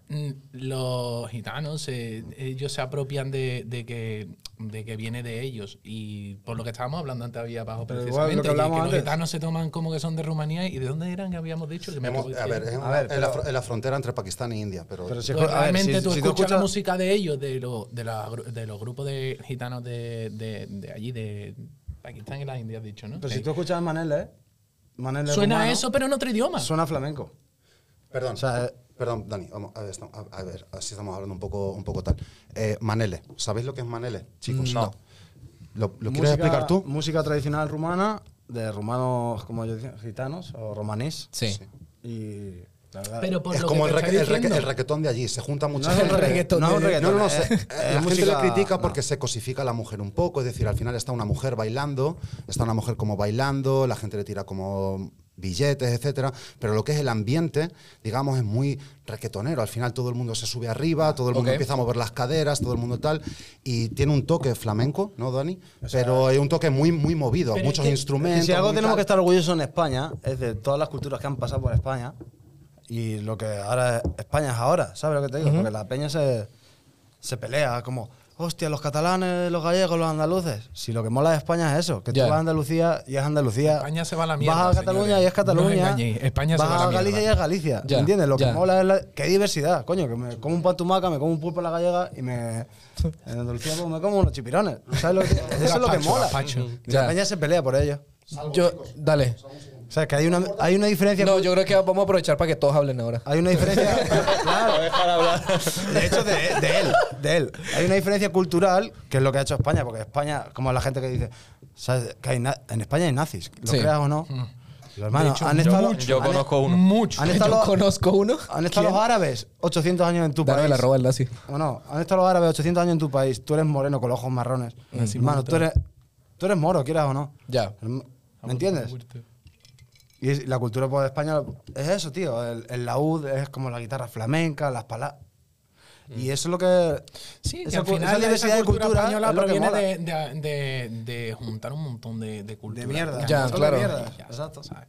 E: mm, los gitanos, eh, ellos se apropian de, de que, de que viene de ellos. Y por lo que estábamos hablando antes había abajo,
A: Pero igual, lo que
E: precisamente, y
A: hablamos
E: que
A: antes.
E: los gitanos se toman como que son de Rumanía. ¿Y de dónde eran que habíamos dicho? Que me
B: Hemos-
E: acuerdo
B: a
E: que-
B: ver, es
A: A
B: una-
A: ver,
B: en,
A: pero-
B: la fro- en la frontera entre Pakistán e India, pero,
A: Pero si,
E: Pues
A: a ver,
E: realmente
A: si-
E: tú
A: si
E: escuchas la música de ellos, de, lo- de, la gru- de los grupos de gitanos de, de- de allí, de Pakistán y las Indias, dicho, ¿no?
A: Pero
E: Sí.
A: si tú escuchas a Manele, ¿eh? Manele
E: Suena
A: rumano,
E: eso, pero en otro idioma.
A: Suena flamenco.
B: Perdón,
A: O sea, eh,
B: perdón, Dani, vamos, a ver, estamos- a- a ver, así estamos hablando un poco, un poco tal. Eh, Manele, ¿sabéis lo que es Manele, chicos?
D: No.
B: ¿Lo, lo quieres explicar tú?
A: Música tradicional rumana, de rumanos, como yo decía, gitanos o romanís.
C: Sí.
A: Y la verdad.
E: Pero por
B: es
E: lo
B: como
E: que
B: el,
E: te
B: regga-
E: estoy
B: el regga-
E: diciendo,
B: el reggaetón de allí, se junta mucha
A: no es un
B: gente.
A: reggaetón. No, es un
B: No,
A: reggaetón.
B: no, no.
A: eh,
B: se- eh,
A: es
B: la gente
A: música-
B: lo critica
A: no.
B: porque se cosifica a la mujer un poco. Es decir, al final está una mujer bailando, está una mujer como bailando, la gente le tira como billetes, etcétera. Pero lo que es el ambiente, digamos, es muy reggaetonero. Al final todo el mundo se sube arriba, todo el mundo
C: Ok.
B: empieza a mover las caderas, todo el mundo tal. Y tiene un toque flamenco, ¿no, Dani? pero es un toque muy, muy movido,
E: Pero
B: muchos
E: es que-
A: Y
B: instrumentos.
A: si algo
B: muy
A: tenemos
B: tal.
A: que estar orgullosos en España es de todas las culturas que han pasado por España y lo que ahora es- España es ahora, ¿sabes lo que te digo? Porque la peña se, se pelea como, hostia, los catalanes, los gallegos, los andaluces. Si lo que mola de España es eso, que
C: Ya.
A: tú vas a Andalucía y es Andalucía.
E: España se va a la mierda,
A: Vas a Cataluña
E: señores.
A: y es Cataluña.
E: No os engañéis, España se
A: vas
E: va a la mierda.
A: Galicia y es Galicia.
C: Ya,
A: ¿Entiendes? Lo
C: ya.
A: que mola es la. ¡Qué diversidad! Coño, que me como un pan tumaca, me como un pulpo a la gallega y me. En Andalucía pues, me como unos chipirones. ¿Sabes lo que- eso es lo que
E: Gazpacho,
A: mola.
E: gazpacho.
A: Y La
C: Ya.
A: peña se pelea por ello.
C: Yo, dale.
A: O sea, que hay una, hay una diferencia.
C: No, yo creo que vamos a aprovechar para que todos hablen ahora.
A: Hay una diferencia. claro. De hecho, de, de él. De él. Hay una diferencia cultural, que es lo que ha hecho España, porque España, como la gente que dice, ¿sabes? Que hay na- en España hay nazis, lo
C: Sí.
A: creas o no. Los hermanos,
E: hecho,
A: han estado.
E: mucho.
D: Yo
A: han-
D: conozco uno.
E: Mucho.
A: Han estado,
C: Yo
A: los-
C: conozco uno.
A: han estado los árabes 800 años en tu
C: Dame
A: país.
C: la roba el nazi.
A: ¿O no? Han estado los árabes 800 años en tu país. Tú eres moreno con los ojos marrones. Hermano, tú eres, tú eres moro, quieras o no.
C: Ya.
A: ¿Me entiendes? Y es- la cultura pop de España es eso, tío. El, el laúd es como la guitarra flamenca, las palabras. Y eso es lo que.
E: Sí, que
A: esa
E: al
A: cu- esa
E: final esa
A: diversidad
E: cultura,
A: de cultura
E: española
A: es lo que
E: proviene
A: mola.
E: de, de- de- de juntar un montón de, de culturas.
A: De mierda.
C: Ya,
E: Un montón de
C: claro.
E: mierdas,
A: Ya.
E: Exacto, ¿sabes?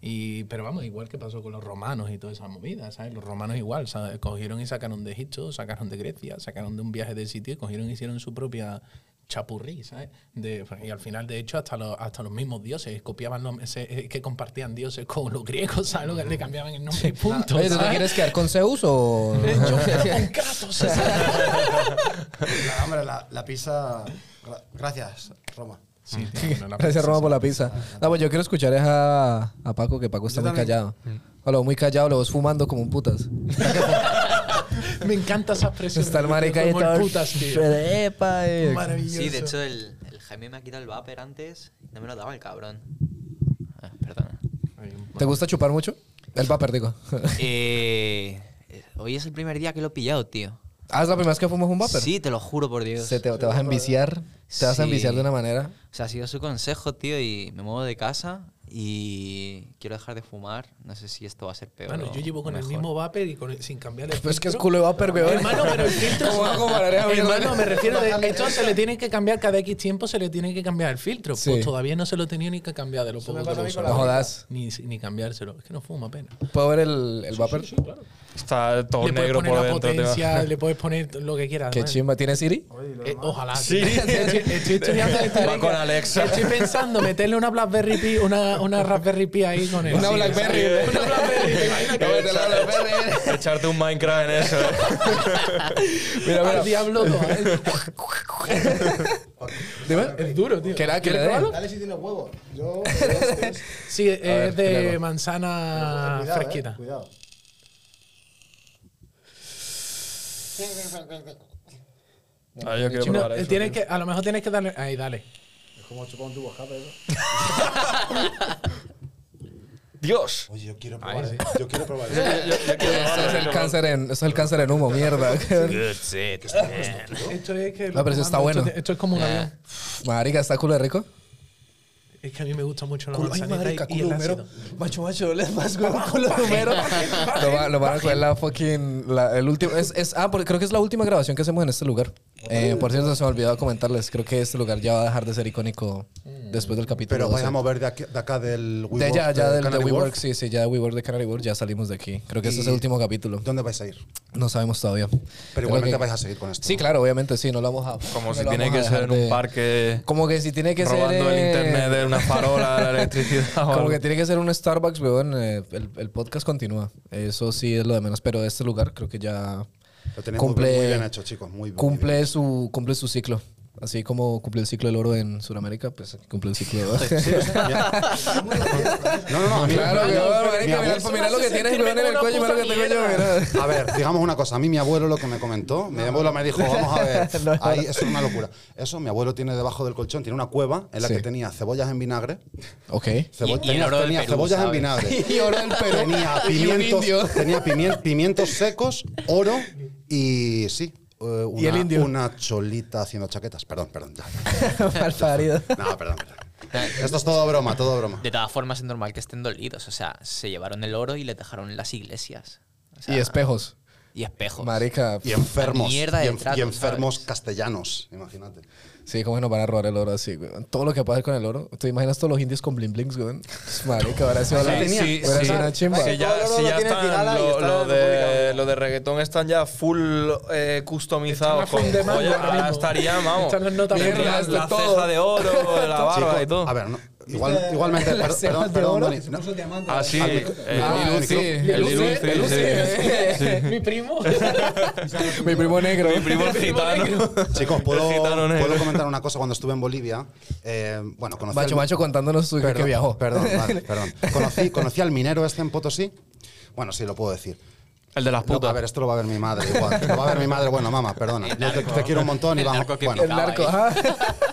E: Y, pero vamos, igual que pasó con los romanos y todas esas movidas, ¿sabes? Los romanos igual, ¿sabes? Cogieron y sacaron de Egipto, sacaron de Grecia, sacaron de un viaje de sitio y cogieron y hicieron su propia chapurrí, ¿sabes? De- y al final, de hecho, hasta los, hasta los mismos dioses copiaban los ese- eh, que compartían dioses con los griegos, ¿sabes? Lo que le cambiaban el nombre y punto.
C: Oye, ¿tú te
A: ¿Ah?
E: ¿sabes?
C: quieres quedar con Zeus o.?
E: Eh, Yo quiero con Kratos, ¿sabes?
A: La, hombre, la, la pizza. gra- Gracias, Roma.
E: Sí, tío, no la
C: Gracias, Roma, por la pizza. No, pues yo quiero escuchar es a, a Paco, que Paco está muy callado. Hola, muy callado, lo ves fumando como un putas.
E: Me encanta esa expresión.
C: Está el marica ahí
E: Como el
C: todo
E: putas, tío.
C: Fedepa, eh.
E: Maravilloso.
F: Sí, de hecho, el, el Jaime me ha quitado el vapor antes. No me lo daba el cabrón. Ah, perdona.
C: ¿Te gusta chupar mucho? El vapor, digo.
F: Eh, eh, hoy es el primer día que lo he pillado, tío.
C: ¿Ah, es la primera vez que fumas un vapor?
F: Sí, te lo juro por Dios.
C: Se te, te vas a enviciar. Te vas a
F: Sí.
C: enviciar de una manera.
F: O sea, ha sido su consejo, tío, y me muevo de casa y quiero dejar de fumar. No sé si esto va a ser peor.
E: Bueno,
F: o
E: yo llevo con el
F: mejor.
E: mismo vapor y con el- sin cambiar el
C: Pues que es
E: filtro.
C: culo de vapor, weón.
E: Hermano, pero el filtro.
C: ¿Cómo hago para dejar abrir la-
E: hermano, me refiero de esto se le tiene que cambiar cada X tiempo, se le tiene que cambiar el filtro.
C: Sí.
E: Pues todavía no se lo tenía ni que cambiar de lo poco que lo uso.
C: No jodas.
E: Ni, ni cambiárselo. Es que no fuma apenas.
C: ¿Puedo ver el, el vapor?
D: Está todo
E: Le puedes
D: negro
E: poner
D: por
E: la
D: dentro. tío.
E: potencia, le puedes poner lo que quieras.
C: Qué
E: ¿no?
C: chimba. ¿Tiene Siri?
E: Eh, ojalá. tío. Estoy, estoy estudiando esto,
D: Va
E: venga.
D: con Alexa.
E: Estoy pensando meterle una Blackberry Pi, una, una Raspberry Pi ahí con él.
C: Una
E: Sí,
C: Blackberry.
E: ¿eh? Una Blackberry. ¿te imaginas que-
D: Echarte un Minecraft en eso. eh.
C: Mira,
E: Al
C: mira.
E: diablo ¿eh? todo.
C: Dime.
E: Es duro, tío.
C: Que la- que le
E: ¿Quieres
C: den.
E: probarlo?
A: Dale si tiene huevos. Yo.
E: Sí, es de
C: prueba.
E: manzana fresquita.
A: Cuidado.
D: Ah, yo quiero
E: No,
D: probar
E: eh,
D: eso.
E: tienes que, a lo mejor tienes que darle. Ahí, dale.
A: Es como chupar un tubo escape, eso.
D: Dios.
B: Oye, yo quiero probar. Yo quiero probar. eso.
C: Eso es el cáncer en, eso es el cáncer en humo, mierda.
E: Esto es que.
C: No, Ah, pero eso está bueno. Eh.
E: Esto, esto es como un avión.
C: Marica, ¿está culo de rico?
E: Es que a mí me gusta mucho la
C: Culo- ay,
E: manzanita
C: marica,
E: y, y el
C: culo número.
E: ácido.
C: Macho, macho, les más güey, culo número. Lo va- Lo van a coger la fucking. la- el último. Es, es- ah, porque creo que es la última grabación que hacemos en este lugar. Eh, por cierto, se me olvidaba comentarles. Creo que este lugar ya va a dejar de ser icónico
F: Mm.
C: después del capítulo.
B: Pero vais a
C: 12.
F: pues,
B: mover de, aquí- de acá del WeWork.
C: De ya, ya
B: de
C: del de
B: Canary Wharf.
C: WeWork, sí, sí, ya de WeWork de Canary World, ya salimos de aquí. Creo que este es el
B: Y-
C: último capítulo.
B: ¿Dónde vais a ir?
C: No sabemos todavía.
B: Pero
C: Creo
B: igualmente
C: que-
B: vais a seguir con esto.
C: Sí,
B: ¿no?
C: claro, obviamente sí, no lo vamos a.
D: Como
C: no
D: si
C: lo
D: tiene
C: vamos
D: que
C: a
D: ser en
C: dejar
D: un
C: de-
D: parque
C: Como que si tiene que ser.
D: robando el
C: eh,
D: internet de una farola, la electricidad. o
C: Como
D: algo.
C: que tiene que ser un Starbucks, weón. eh, el, el podcast continúa. Eso sí es lo de menos. Pero este lugar creo que ya
B: Lo tenéis
C: Cumple-
B: muy, muy bien hecho, chicos. Muy bien.
C: cumple su, cumple su ciclo. Así como cumple el ciclo del oro en Sudamérica, pues cumple el ciclo de oro.
B: No, no, no. a mí-
C: claro,
B: mi
C: weón,
B: abuelo-
C: marica.
B: mi
C: Mira, pues
B: abuelo-
C: mira lo que tienes, weón, en el cuello. Mira lo que tengo yo, mira.
B: A ver, digamos una cosa. A mí mi abuelo lo que me comentó, mi abuelo me dijo, vamos a ver, ahí, eso es una locura. Eso, mi abuelo tiene debajo del colchón, tiene una cueva en la
C: Sí.
B: que tenía cebollas en vinagre.
C: Ok.
B: cebo-
F: Y- y el
B: tenía
F: oro del
B: tenía
F: Perú,
B: cebollas en
F: ¿sabes?
B: vinagre.
C: Y oro del Perú.
B: Tenía
C: Y un
B: pimientos,
C: indio.
B: tenía pimien- pimientos secos, oro y sí. eh, Una,
C: el indio.
B: una cholita haciendo chaquetas. Perdón, perdón. ya.
C: Malparido.
B: No, perdón, perdón. Esto es todo broma, todo broma.
F: De todas formas, es normal que estén dolidos. O sea, se llevaron el oro y le dejaron las iglesias. O sea,
C: Y espejos.
F: Y espejos.
C: Marica.
B: Y enfermos. Y,
F: mierda de
B: en-
F: trato,
B: y enfermos
F: ¿sabes?
B: castellanos, imagínate.
C: Sí, cómo nos van a robar el oro así, weón. Todo lo que pasa con el oro. ¿Te imaginas todos los indios con bling blings, weón? Marica, ahora sí, ahora
D: Sí, sí,
C: ahora
D: sí.
C: sí, una chimba.
D: Si ya, si ya están, lo, lo de, lo de reggaetón están ya full eh, customizados
E: Están a
D: con
E: full demand
D: joyas.
E: ahora
D: Ahora
E: mismo.
D: estaría, vamos.
E: Están en nota
D: Mira,
E: mental
D: la,
E: de
D: la
C: todo.
D: ceja de oro, la barba
B: Chico,
D: y todo.
B: A ver, no, igual, igualmente, per-
C: las cejas
B: perdón,
C: de
B: perdón,
C: oro.
B: Dani, no,
D: Ah, sí,
B: Al
D: el
B: micro- Ah,
D: Lil
B: sí.
D: Uzi, el Lil
C: Luce,
D: Uzi,
C: luce.
D: sí, sí.
E: Mi primo.
C: Mi primo negro.
D: Mi primo gitano.
B: Chicos, ¿puedo,
D: El gitano negro.
B: puedo comentar una cosa. Cuando estuve en Bolivia, eh, bueno, conocí
C: Macho,
B: al-
C: macho contándonos su que
B: Perdón,
C: viajó.
B: Perdón, vale, perdón. Conocí, conocí al minero este en Potosí. Bueno, sí, lo puedo decir.
D: El de las
B: Lo- a ver,
D: putas.
B: esto lo va a ver mi madre. Igual. Lo va a ver mi madre. Bueno, mamá, perdona. Yo te, te quiero un montón y
F: El
B: vamos.
F: narco que eh.
B: Bueno,
C: El narco. ajá.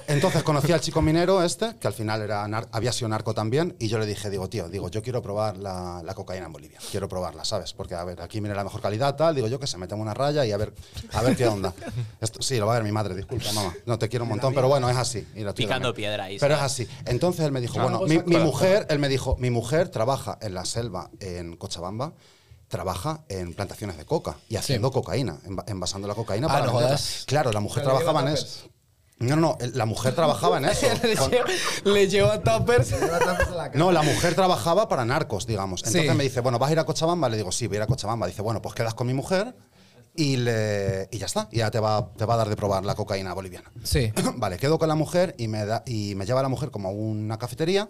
B: Entonces conocí al chico minero este, que al final era nar- había sido narco también, y yo le dije, digo, tío, digo, yo quiero probar la, la cocaína en Bolivia, quiero probarla, ¿sabes? Porque, a ver, aquí viene la mejor calidad, tal, digo yo que se metemos una raya y a ver, a ver qué onda. Esto, sí, lo va a ver mi madre, disculpa, mamá. No, te quiero un montón, pero bueno, es así. y la tuya
F: Picando
B: también.
F: piedra ahí,
B: Pero es
F: ¿sabes?
B: así. Entonces él me dijo, bueno, mi, mi mujer, él me dijo, mi mujer trabaja en la selva en Cochabamba, trabaja en plantaciones de coca y haciendo cocaína, enva- envasando la cocaína
C: Ah,
B: para
C: no
B: venderla".
C: jodas.
B: Claro, la mujer
C: Pero pues,
B: trabajaba en
C: lleva
B: eso. No, no, no, el- la mujer trabajaba en eso.
C: Le
B: Con-
C: lleva- Le lleva tuppers.
B: no, la mujer trabajaba para narcos, digamos. Entonces
C: Sí.
B: me dice, bueno, ¿vas a ir a Cochabamba? Le digo, sí, voy a ir a Cochabamba. Dice, bueno, pues quedas con mi mujer y, le, y ya está. Y ya te va, te va a dar de probar la cocaína boliviana.
C: Sí.
B: vale, quedo con la mujer y me, da, y me lleva la mujer como a una cafetería.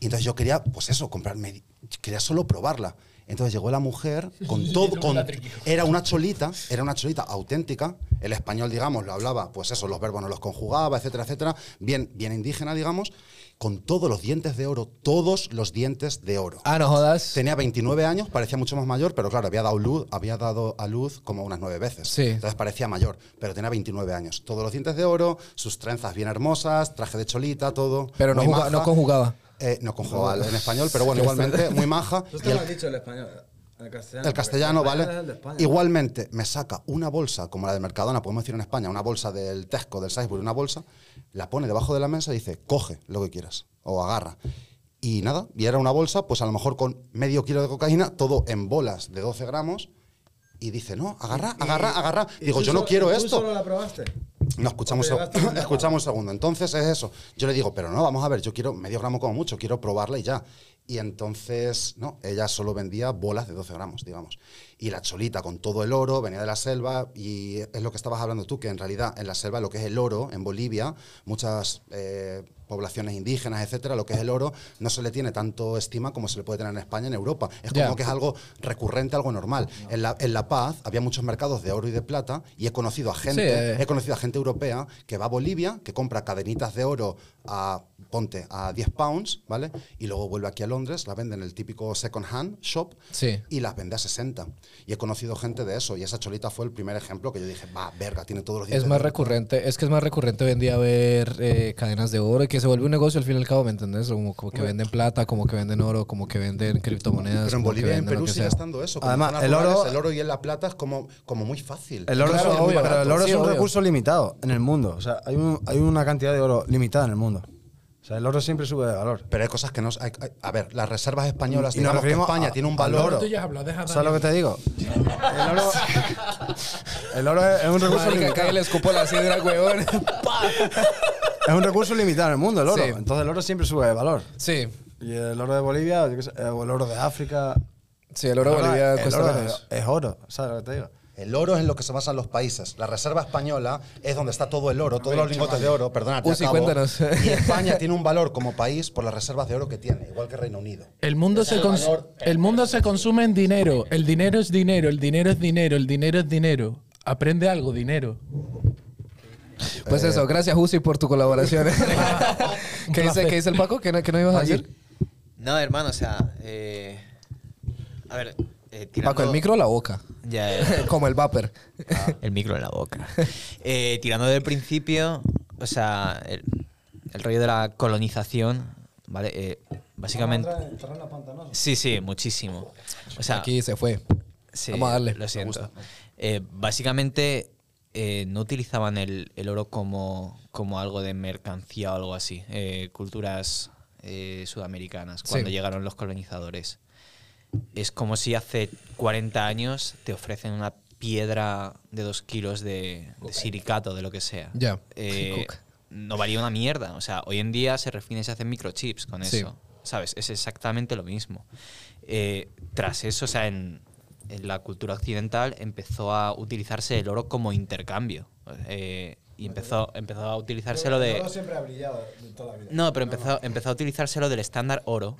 B: Y entonces yo quería, pues eso, comprarme, quería solo probarla. Entonces llegó la mujer con todo, con, era una cholita, era una cholita auténtica. El español, digamos, lo hablaba, pues eso, los verbos no los conjugaba, etcétera, etcétera. Bien, bien indígena, digamos, con todos los dientes de oro, todos los dientes de oro.
C: Ah, no jodas.
B: Tenía 29 años, parecía mucho más mayor, pero claro, había dado, luz, había dado a luz como unas nueve veces.
C: Sí.
B: Entonces parecía mayor, pero tenía 29 años. Todos los dientes de oro, sus trenzas bien hermosas, traje de cholita, todo.
C: Pero no
B: Muy
C: juga-
B: maja.
C: no conjugaba.
B: Eh, no conjugaba en español, pero bueno, igualmente, muy maja. Y el-
I: dicho el español. El castellano.
B: el castellano, ¿vale?
I: es el de España.
B: Igualmente, me saca una bolsa, como la del Mercadona, podemos decir en España, una bolsa del Tesco, del Sainsbury, una bolsa, la pone debajo de la mesa y dice, coge lo que quieras, o agarra. Y nada, y era una bolsa, pues a lo mejor con medio kilo de cocaína, todo en bolas de 12 gramos, y dice, no, agarra, agarra, agarra. Digo, yo no quiero esto.
I: ¿Tú solo la probaste?
B: No, escuchamos,
I: Porque llegaste con la
B: escuchamos un segundo. Entonces es eso. Yo le digo, pero no, vamos a ver, yo quiero medio gramo como mucho, quiero probarla y ya. Y entonces, no, ella solo vendía bolas de 12 gramos, digamos. Y la cholita con todo el oro venía de la selva y es lo que estabas hablando tú, que en realidad en la selva lo que es el oro, en Bolivia, muchas eh, poblaciones indígenas, etcétera, lo que es el oro, no se le tiene tanto estima como se le puede tener en España, en Europa. Es
C: Ya.
B: como que es algo recurrente, algo normal. En, la, en La Paz había muchos mercados de oro y de plata y he conocido a gente gente,
C: Sí, eh.
B: he conocido a gente europea que va a Bolivia, que compra cadenitas de oro a, ponte, a 10 pounds, ¿vale? Y luego vuelve aquí a Londres, la venden en el típico second hand shop
C: Sí.
B: y las vende a 60. Y he conocido gente de eso y esa cholita fue el primer ejemplo que yo dije, va, verga, tiene todos los
C: Es
B: dientes
C: más
B: de oro".
C: recurrente, es que es más recurrente hoy en día ver eh, cadenas de oro y que se vuelve un negocio al fin y al cabo, ¿me entendés? Como, como que venden plata, como que venden oro, como que venden criptomonedas.
B: Pero en
C: como que
B: Bolivia y en
C: venden lo
B: Perú
C: que
B: sigue
C: sea.
B: estando eso. como
A: Además,
B: zonas
A: el oro-
B: rurales, el oro y en la plata es como, como muy fácil.
A: El oro,
C: Claro,
A: es, un-
C: obvio,
A: pero el oro
C: sí,
A: es un
C: obvio.
A: recurso limitado en el mundo. O sea, hay, un- hay una cantidad de oro limitada en el mundo. O sea, el oro siempre sube de valor.
B: Pero hay cosas que no. hay- hay- a ver, las reservas españolas,
A: Y nos
B: digamos que
A: referimos
B: España
A: a-
B: tiene un
A: al
B: valor.
A: oro.
E: Tú ya has hablado, deja
A: ¿Sabes lo
E: Dani.
A: que te digo? El oro, el oro es, es un recurso
C: Marica,
A: limitado.
C: cae el escupo a la sidra, huevón. Pa.
A: Es un recurso limitado en el mundo, el oro.
C: Sí.
A: Entonces el oro siempre sube de valor.
C: Sí,
A: Y el oro de Bolivia, yo qué sé, eh, o el oro de África.
C: sí, el oro de
A: El oro-
C: Bolivia
A: el
C: cuesta
A: oro
C: menos.
A: es, es oro, ¿sabes lo que te digo?
B: El oro es en lo que se basan los países. La reserva española es donde está todo el oro, todos los lingotes de oro, perdona, te
C: Uzi,
B: acabo.
C: cuéntanos.
B: Y España tiene un valor como país por las reservas de oro que tiene, igual que Reino Unido.
E: El mundo, se cons-
B: valor.
E: el mundo se consume en dinero. El dinero es dinero, el dinero es dinero, el dinero es dinero. Aprende algo, dinero.
C: Pues eso, gracias, Uzi, por tu colaboración.
E: Un
C: ¿Qué, dice,
E: placer.
C: ¿Qué dice el Paco? ¿Qué no, qué no ibas a
A: Aquí.
C: decir?
F: No, hermano, o sea. eh, a ver. eh, tirando-
C: Paco, el micro o la boca.
F: Ya, ya, ya.
C: Como el vapor.
F: el micro en la boca. Eh, tirando del principio, o sea, el, el rollo de la colonización, ¿vale? Eh, básicamente. Sí, sí, muchísimo. O sea,
C: Aquí se fue.
F: Sí,
C: Vamos a darle.
F: Lo siento. Eh, básicamente eh, no utilizaban el, el oro como, como algo de mercancía o algo así. eh, culturas eh, sudamericanas, cuando
C: Sí.
F: llegaron los colonizadores. Es como si hace 40 años te ofrecen una piedra de dos kilos de, de silicato, de lo que sea.
C: Ya,
F: Eh,
C: coca.
F: no valía una mierda. O sea, hoy en día se refina y se hacen microchips con
C: Sí.
F: eso. ¿Sabes? Es exactamente lo mismo. Eh, tras eso, o sea, en, en la cultura occidental empezó a utilizarse el oro como intercambio. Eh, y empezó, empezó a utilizárselo de.
A: siempre ha brillado de toda la vida.
F: No, pero empezó, empezó a utilizárselo del estándar oro.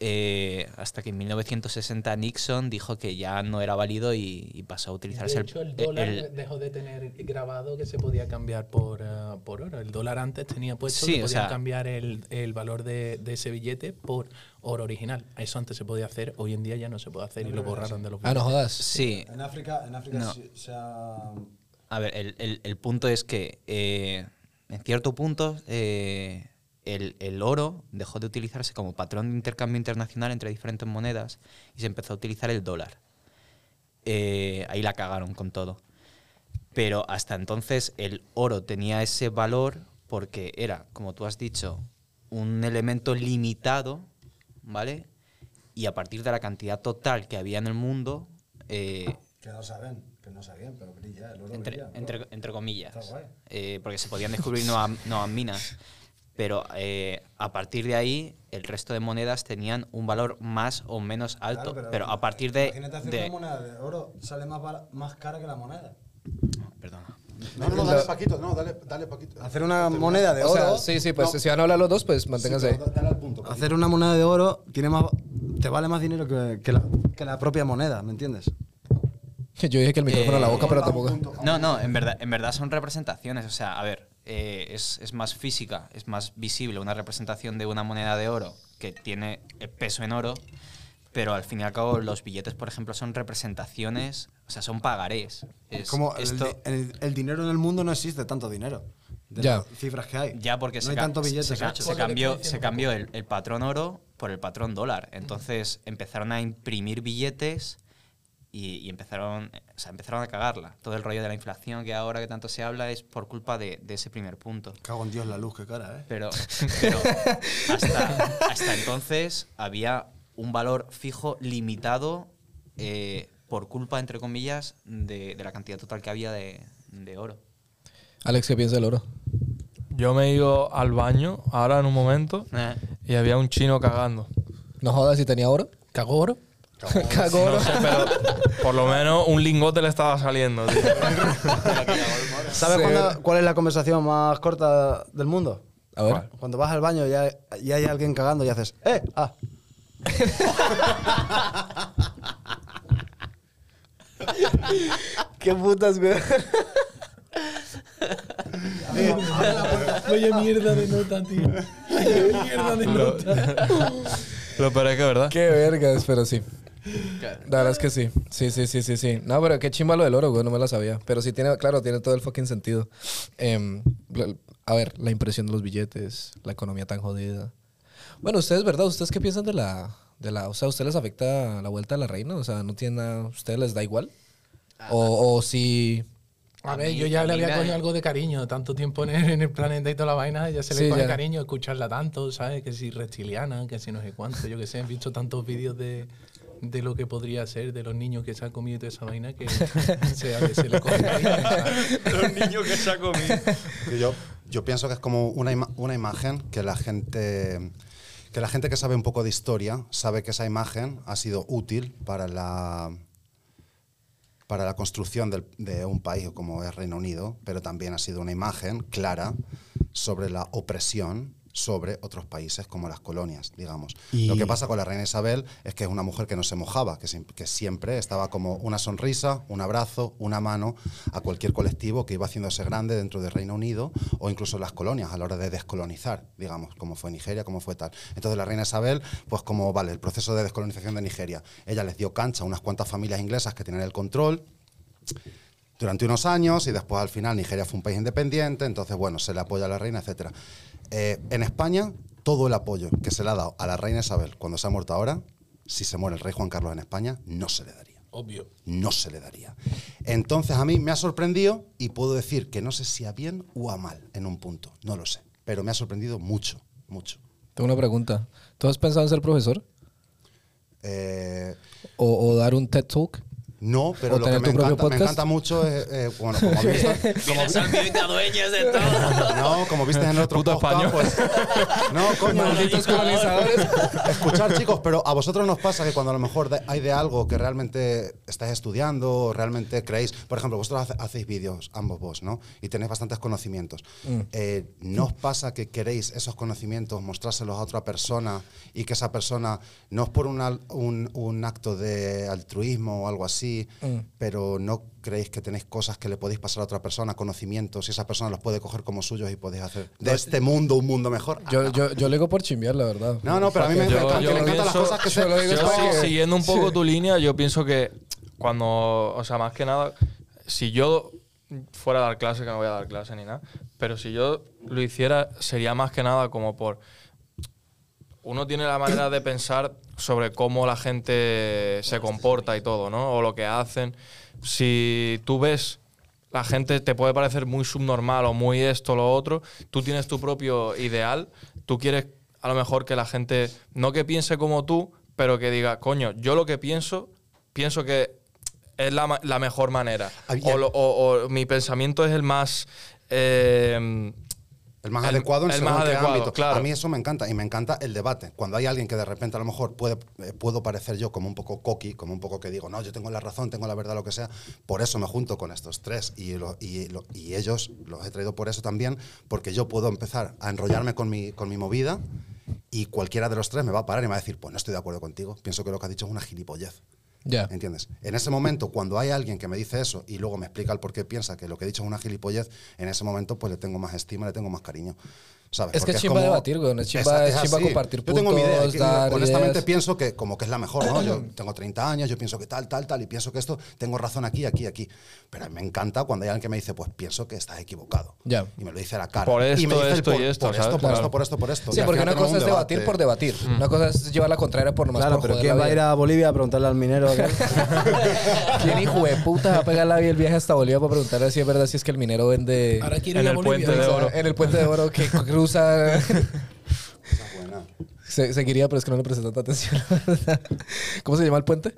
F: eh, hasta que en 1960 Nixon dijo que ya no era válido y, y pasó a utilizarse
E: De hecho, el
F: el- e-,
E: dólar
F: el-
E: dejó de tener grabado que se podía cambiar por, eh, por oro. El dólar antes tenía puesto
F: Sí,
E: que
F: o
E: podían
F: sea-
E: cambiar el, el valor de, de ese billete por oro original. Eso antes se podía hacer, hoy en día ya no se puede hacer y lo borraron de los
C: Ah, no
E: billetes.
C: jodas.
F: Sí,
A: En África, en África
F: No.
A: se, se ha-
F: A ver, el, el- el punto es que eh, en cierto punto eh, el, el oro dejó de utilizarse como patrón de intercambio internacional entre diferentes monedas y se empezó a utilizar el dólar. Eh, ahí la cagaron con todo. Pero hasta entonces el oro tenía ese valor porque era, como tú has dicho, un elemento limitado, ¿vale? Y a partir de la cantidad total que había en el mundo, eh,
A: Que no saben, que no sabían, pero brilla, el oro
F: entre,
A: brilla, ¿no?
F: entre, entre comillas.
A: Está guay.
F: Eh, porque se podían descubrir nuevas, nuevas minas. Pero eh, a partir de ahí, el resto de monedas tenían un valor más o menos
A: Claro,
F: alto. pero, a partir de.
A: Imagínate hacer
F: de-
A: una moneda de oro, sale más, bar- más cara que la moneda.
F: Ah, perdona.
B: No, no, no, dale Paquito, no, dale, dale Paquito.
A: Hacer una moneda de
C: O
A: oro.
C: sea, sí, sí, pues si van a hablar los dos, pues manténganse ahí.
B: Pero da- Dale al punto.
A: Hacer una moneda de oro tiene más, te vale más dinero que, que la, que la propia moneda, ¿me entiendes?
C: Yo dije que el micrófono a la boca, pero tampoco.
F: No, no, en verdad, en verdad son representaciones. O sea, a ver, eh, es, es más física, es más visible una representación de una moneda de oro que tiene el peso en oro. Pero al fin y al cabo, los billetes, por ejemplo, son representaciones, o sea, son pagarés. Es-
A: Como el
F: esto-
A: di- el, el dinero en el mundo no existe tanto dinero. De
C: Ya.
A: las cifras que hay.
F: Ya porque
A: no
F: se,
A: hay
F: ca-
A: tanto
F: se-
A: billetes
F: se ca-
A: hechos.
F: se cambió, se cambió el, el patrón oro por el patrón dólar. Entonces empezaron a imprimir billetes y, y empezaron, o sea, empezaron a cagarla. Todo el rollo de la inflación que ahora que tanto se habla es por culpa de, de ese primer punto.
A: Cago en Dios la luz, qué cara, ¿eh?
F: Pero, pero hasta, hasta entonces había un valor fijo limitado eh, por culpa, entre comillas, de, de la cantidad total que había de, de oro.
C: Alex, ¿qué piensa del oro?
D: Yo me he ido al baño ahora en un momento y había un chino cagando.
C: No jodas si tenía oro.
E: ¿Cagó oro?
C: Cago oro.
D: No sé, pero por lo menos un lingote le estaba saliendo, tío.
A: ¿Sabes
C: Se
A: cuándo- cuál es la conversación más corta del mundo?
C: A ver.
A: Cuando vas al baño y hay, y hay alguien cagando y haces, ¡eh! ¡Ah!
C: ¿Qué putas, güey?
E: Oye, mierda de nota, tío. mierda de
D: Lo, lo peor es que, ¿verdad?
C: Qué vergas, pero sí. La verdad es que sí. Sí, sí, sí, sí, sí. No, pero qué chimba lo del oro, güey. No me la sabía. Pero sí tiene, claro, tiene todo el fucking sentido. Em, la- a ver, la impresión de los billetes, la economía tan jodida. Bueno, ustedes, ¿verdad? ¿Ustedes qué piensan de la, de la... O sea, ¿a ustedes les afecta la vuelta a la reina? O sea, ¿no tiene nada... ¿Ustedes les da igual? O, o si...
E: A
F: A
E: ver,
F: mí-
E: yo ya
F: a
E: le
F: mí
E: había
F: me-
E: cogido algo de cariño, tanto tiempo en el, en el planeta y toda la vaina, ya se le
C: Sí,
E: coge
C: ya.
E: cariño escucharla tanto, ¿sabes? Que si reptiliana, que si no sé cuánto, yo que sé, he visto tantos vídeos de, de lo que podría ser, de los niños que se han comido y toda esa vaina, que se, se le coge cariño, ¿sabes?
D: Los niños que se ha comido.
B: Que yo, yo pienso que es como una, ima- una imagen que la gente que la gente que sabe un poco de historia sabe que esa imagen ha sido útil para la para la construcción del- de un país como es Reino Unido, pero también ha sido una imagen clara sobre la opresión sobre otros países como las colonias, digamos.
A: Y-
B: Lo que pasa con la reina Isabel es que es una mujer que no se mojaba, que, sim- que siempre estaba como una sonrisa, un abrazo, una mano a cualquier colectivo que iba haciéndose grande dentro del Reino Unido o incluso las colonias a la hora de descolonizar, digamos, como fue Nigeria, como fue tal. Entonces la reina Isabel, pues como vale, el proceso de descolonización de Nigeria, ella les dio cancha a unas cuantas familias inglesas que tenían el control, durante unos años y después al final Nigeria fue un país independiente, entonces bueno, se le apoya a la reina, etc. en España, todo el apoyo que se le ha dado a la reina Isabel cuando se ha muerto ahora, si se muere el rey Juan Carlos en España, no se le daría.
E: Obvio.
B: No se le daría. Entonces a mí me ha sorprendido y puedo decir que no sé si a bien o a mal en un punto, no lo sé, pero me ha sorprendido mucho, mucho.
C: Tengo una pregunta. ¿Tú has pensado en ser profesor?
B: Eh,
C: ¿O, o dar un TED Talk?
B: no, pero
C: ¿O
B: lo que
C: tener
B: me
C: tu propio
B: encanta, me
C: podcast?
B: encanta mucho es, eh, bueno, como habéis visto- No, como viste en el otro
D: Puto
B: podcast, pues- No, coño.
C: Malditos colonizadores.
B: Escuchar, chicos, pero a vosotros nos pasa que cuando a lo mejor de- hay de algo que realmente estáis estudiando, o realmente creéis. Por ejemplo, vosotros hace- hacéis vídeos, ambos vos, ¿no? Y tenéis bastantes conocimientos. Eh, ¿No os pasa que queréis esos conocimientos mostrárselos a otra persona y que esa persona, no es por un, al- un- un acto de altruismo o algo así, pero no creéis que tenéis cosas que le podéis pasar a otra persona, conocimientos, y esa persona los puede coger como suyos y podéis hacer de este mundo un mundo mejor?
C: Yo, yo, yo le digo por chimbear, la verdad.
B: No, no, pero a mí me,
D: Yo-
B: me encanta-
D: yo
B: me encantan las
D: pienso-
B: cosas que se...
C: yo lo digo
D: Yo
C: es para
D: sí,
C: que-
D: siguiendo un poco
C: sí.
D: tu línea, yo pienso que cuando, o sea, más que nada, si yo fuera a dar clase, que no voy a dar clase ni nada, pero si yo lo hiciera, sería más que nada como por... Uno tiene la manera de pensar sobre cómo la gente se comporta y todo, ¿no? O lo que hacen. Si tú ves, la gente te puede parecer muy subnormal o muy esto o lo otro, tú tienes tu propio ideal, tú quieres a lo mejor que la gente, no que piense como tú, pero que diga, coño, yo lo que pienso, pienso que es la, ma- la mejor manera.
B: Había-
D: O, lo- o- o mi pensamiento es el más... eh,
B: El más
D: El-
B: adecuado en
D: el
B: según
D: más
B: qué
D: adecuado,
B: ámbito.
D: claro.
B: A mí eso me encanta y me encanta el debate. Cuando hay alguien que de repente a lo mejor puede, eh, puedo parecer yo como un poco coqui, como un poco que digo, no, yo tengo la razón, tengo la verdad, lo que sea. Por eso me junto con estos tres y, lo- y, lo- y ellos los he traído por eso también, porque yo puedo empezar a enrollarme con mi, con mi movida y cualquiera de los tres me va a parar y me va a decir, pues no estoy de acuerdo contigo, pienso que lo que has dicho es una gilipollez.
C: Ya.
B: ¿Entiendes? En ese momento, cuando hay alguien que me dice eso y luego me explica el por qué piensa que lo que he dicho es una gilipollez, en ese momento pues le tengo más estima, le tengo más cariño. ¿Sabes?
C: Es que
B: Porque
C: es chimba
B: como-
C: debatir, güey, es chimba- es chimba
B: así.
C: compartir
B: Yo tengo mi idea.
C: puntos,
B: que-
C: dar
B: honestamente
C: ideas.
B: pienso que como que es la mejor, ¿no? Yo tengo 30 años, yo pienso que tal, tal, tal, y pienso que esto, tengo razón aquí, aquí, aquí. Pero a mí me encanta cuando hay alguien que me dice, pues pienso que estás equivocado.
C: Ya.
B: Y me lo dice a la cara.
D: Por
B: y me
D: esto,
B: dice el
D: esto y
B: por,
D: esto,
B: Por
D: ¿sabes?
B: esto, por
D: Claro.
B: esto, por esto, por esto. Y
C: Sí,
B: al
C: porque
B: final
C: una
B: tenemos
C: cosa
B: un
C: es debatir
B: debate.
C: por debatir. Una cosa es llevar la contraria por nomás
A: Claro,
C: por
A: pero
C: joder
A: ¿quién
C: la
A: va a ir
C: vida.
A: a Bolivia a preguntarle al minero? aquel?
C: ¿Quién hijo de puta va a pegar la vida el viaje hasta Bolivia para preguntarle si es verdad si es que el minero vende
E: Ahora quiero
D: En
E: ir a
D: el
E: Bolivia.
D: puente de
C: O sea,
D: oro.
C: en el puente de oro que cruza
B: Esa es buena.
C: Se- seguiría, pero es que no le presté tanta atención. la verdad. ¿Cómo se llama el puente?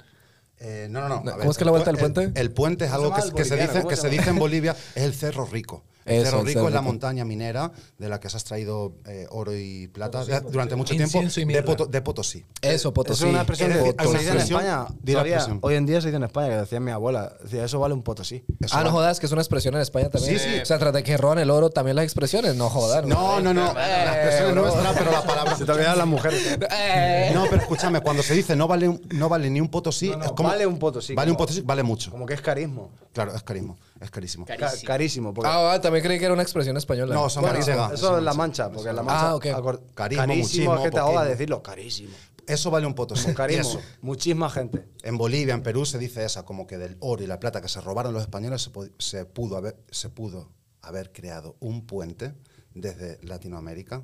B: Eh, no, no, no. a
C: No,
B: ver,
C: ¿cómo es que
B: el
C: la vuelta
B: pu-
C: del puente?
B: El, el puente es algo
A: llama
B: que,
A: el
B: que se,
A: boliviano?
B: dice,
A: ¿Cómo
B: que
A: se
B: se
A: llama?
B: dice en Bolivia, es el Cerro Rico. El
C: Eso,
B: Cerro
C: el
B: Rico
C: Cerro
B: es la
C: Rico.
B: montaña minera de la que se ha extraído eh, oro y plata de- durante mucho tiempo
E: Incienso y
B: de,
E: mirra.
B: Poto- de Potosí.
C: Eso,
A: Eso Eh,
C: Potosí.
A: es una expresión
B: Es
A: que
B: decir, hay una
A: se dice en
B: expresión-
A: España.
B: di la
A: todavía-
B: expresión.
A: hoy en día se dice en España, que decía mi abuela. Decía, eso vale un potosí.
B: Eso
C: ah, no
B: va-
C: jodas, que es una expresión en España también.
B: Sí, sí.
C: O sea, trata de que roban el oro también las expresiones. No jodas.
B: No, no, no. la expresión es
C: bro.
B: nuestra, pero la palabra.
A: Se te olvidaban las mujeres.
C: Eh.
B: No, pero escúchame, cuando se dice no vale, un- no vale ni un Potosí,
A: No, no,
B: es como-
A: vale un Potosí,
B: Vale un
A: como-
B: Potosí, vale mucho.
A: Como que es carismo.
B: Claro, es carísimo, es carísimo.
A: Ca- Carísimo. porque-
C: Ah, ah, también creí que era una expresión española.
B: No, son
A: Bueno,
B: manchega,
A: eso
B: son
A: es la
B: manchega.
A: mancha, porque la mancha.
C: Ah, ok.
A: acor-
B: Carismo,
A: carísimo es
B: muchismo,
A: que te ahoga
B: poquismo.
A: decirlo. Carísimo.
B: Eso vale un Potosí.
A: Con
B: Y
A: carismo.
B: eso.
A: Muchísima gente.
B: En Bolivia, en Perú, se dice esa, como que del oro y la plata que se robaron los españoles se, po- se pudo, haber, se pudo haber creado un puente desde Latinoamérica,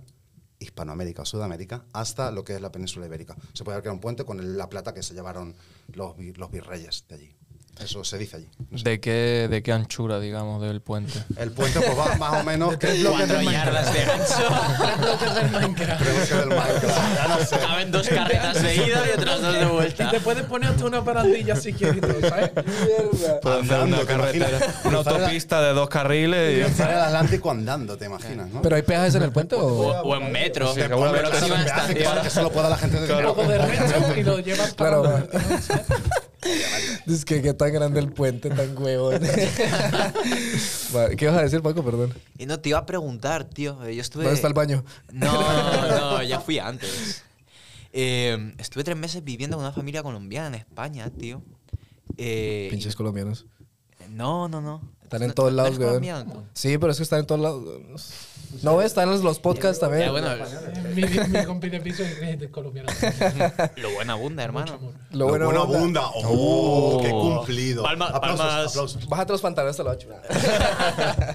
B: Hispanoamérica o Sudamérica, hasta lo que es la península ibérica. Se puede haber creado un puente con el- la plata que se llevaron los, vi- los virreyes de allí. Eso se dice allí.
D: ¿De qué, ¿De qué anchura, digamos, del puente?
B: El puente pues, va más o menos que el
F: Cuatro yardas de ancho.
B: del Minecraft. Ya no sé.
F: Caben dos carretas de ida y otras dos de
E: Y
F: vuelta.
E: te puedes poner hasta una parandilla si quieres, y todo, ¿sabes?
D: Pueden hacer
B: Andando,
D: una
B: ¿te
D: carretera.
B: imaginas?
D: Una autopista de dos carriles
B: Cruzar el Atlántico andando, te imaginas, ¿no?
C: ¿Pero hay peajes en el puente
F: O,
C: o...?
F: o en metro.
D: Sí,
F: Pero
D: como
B: Pero eso es
F: próxima
B: un peaje,
F: estación.
B: claro, que solo pueda la gente de
E: Un poco de recho y lo llevas para
C: Claro.
E: donde no sé.
C: Es que qué tan grande el puente, tan huevón. Vale, ¿Qué vas a decir, Paco? Perdón.
H: Y no, te iba a preguntar, tío. eh, Yo estuve.
C: ¿Dónde está el baño?
H: No, no, ya fui antes. Eh, estuve tres meses viviendo con una familia colombiana en España, tío. Eh,
C: Pinches colombianos.
H: y- No, no, no.
C: Están en
H: No-
C: todos
H: no
C: lados,
H: eres
C: weón.
H: colombiano.
C: Sí, pero es que están en todos lados. No ves, están los, los podcasts también.
H: Ya, bueno,
E: Mi, mi compi de piso es es colombiano.
H: lo bueno abunda, hermano.
C: Lo bueno,
B: buena
C: bueno,
B: bunda. ¡Oh! ¡Qué cumplido!
F: Palma-
B: aplausos,
F: palmas.
B: aplausos.
C: Bájate los pantalones, te lo hago.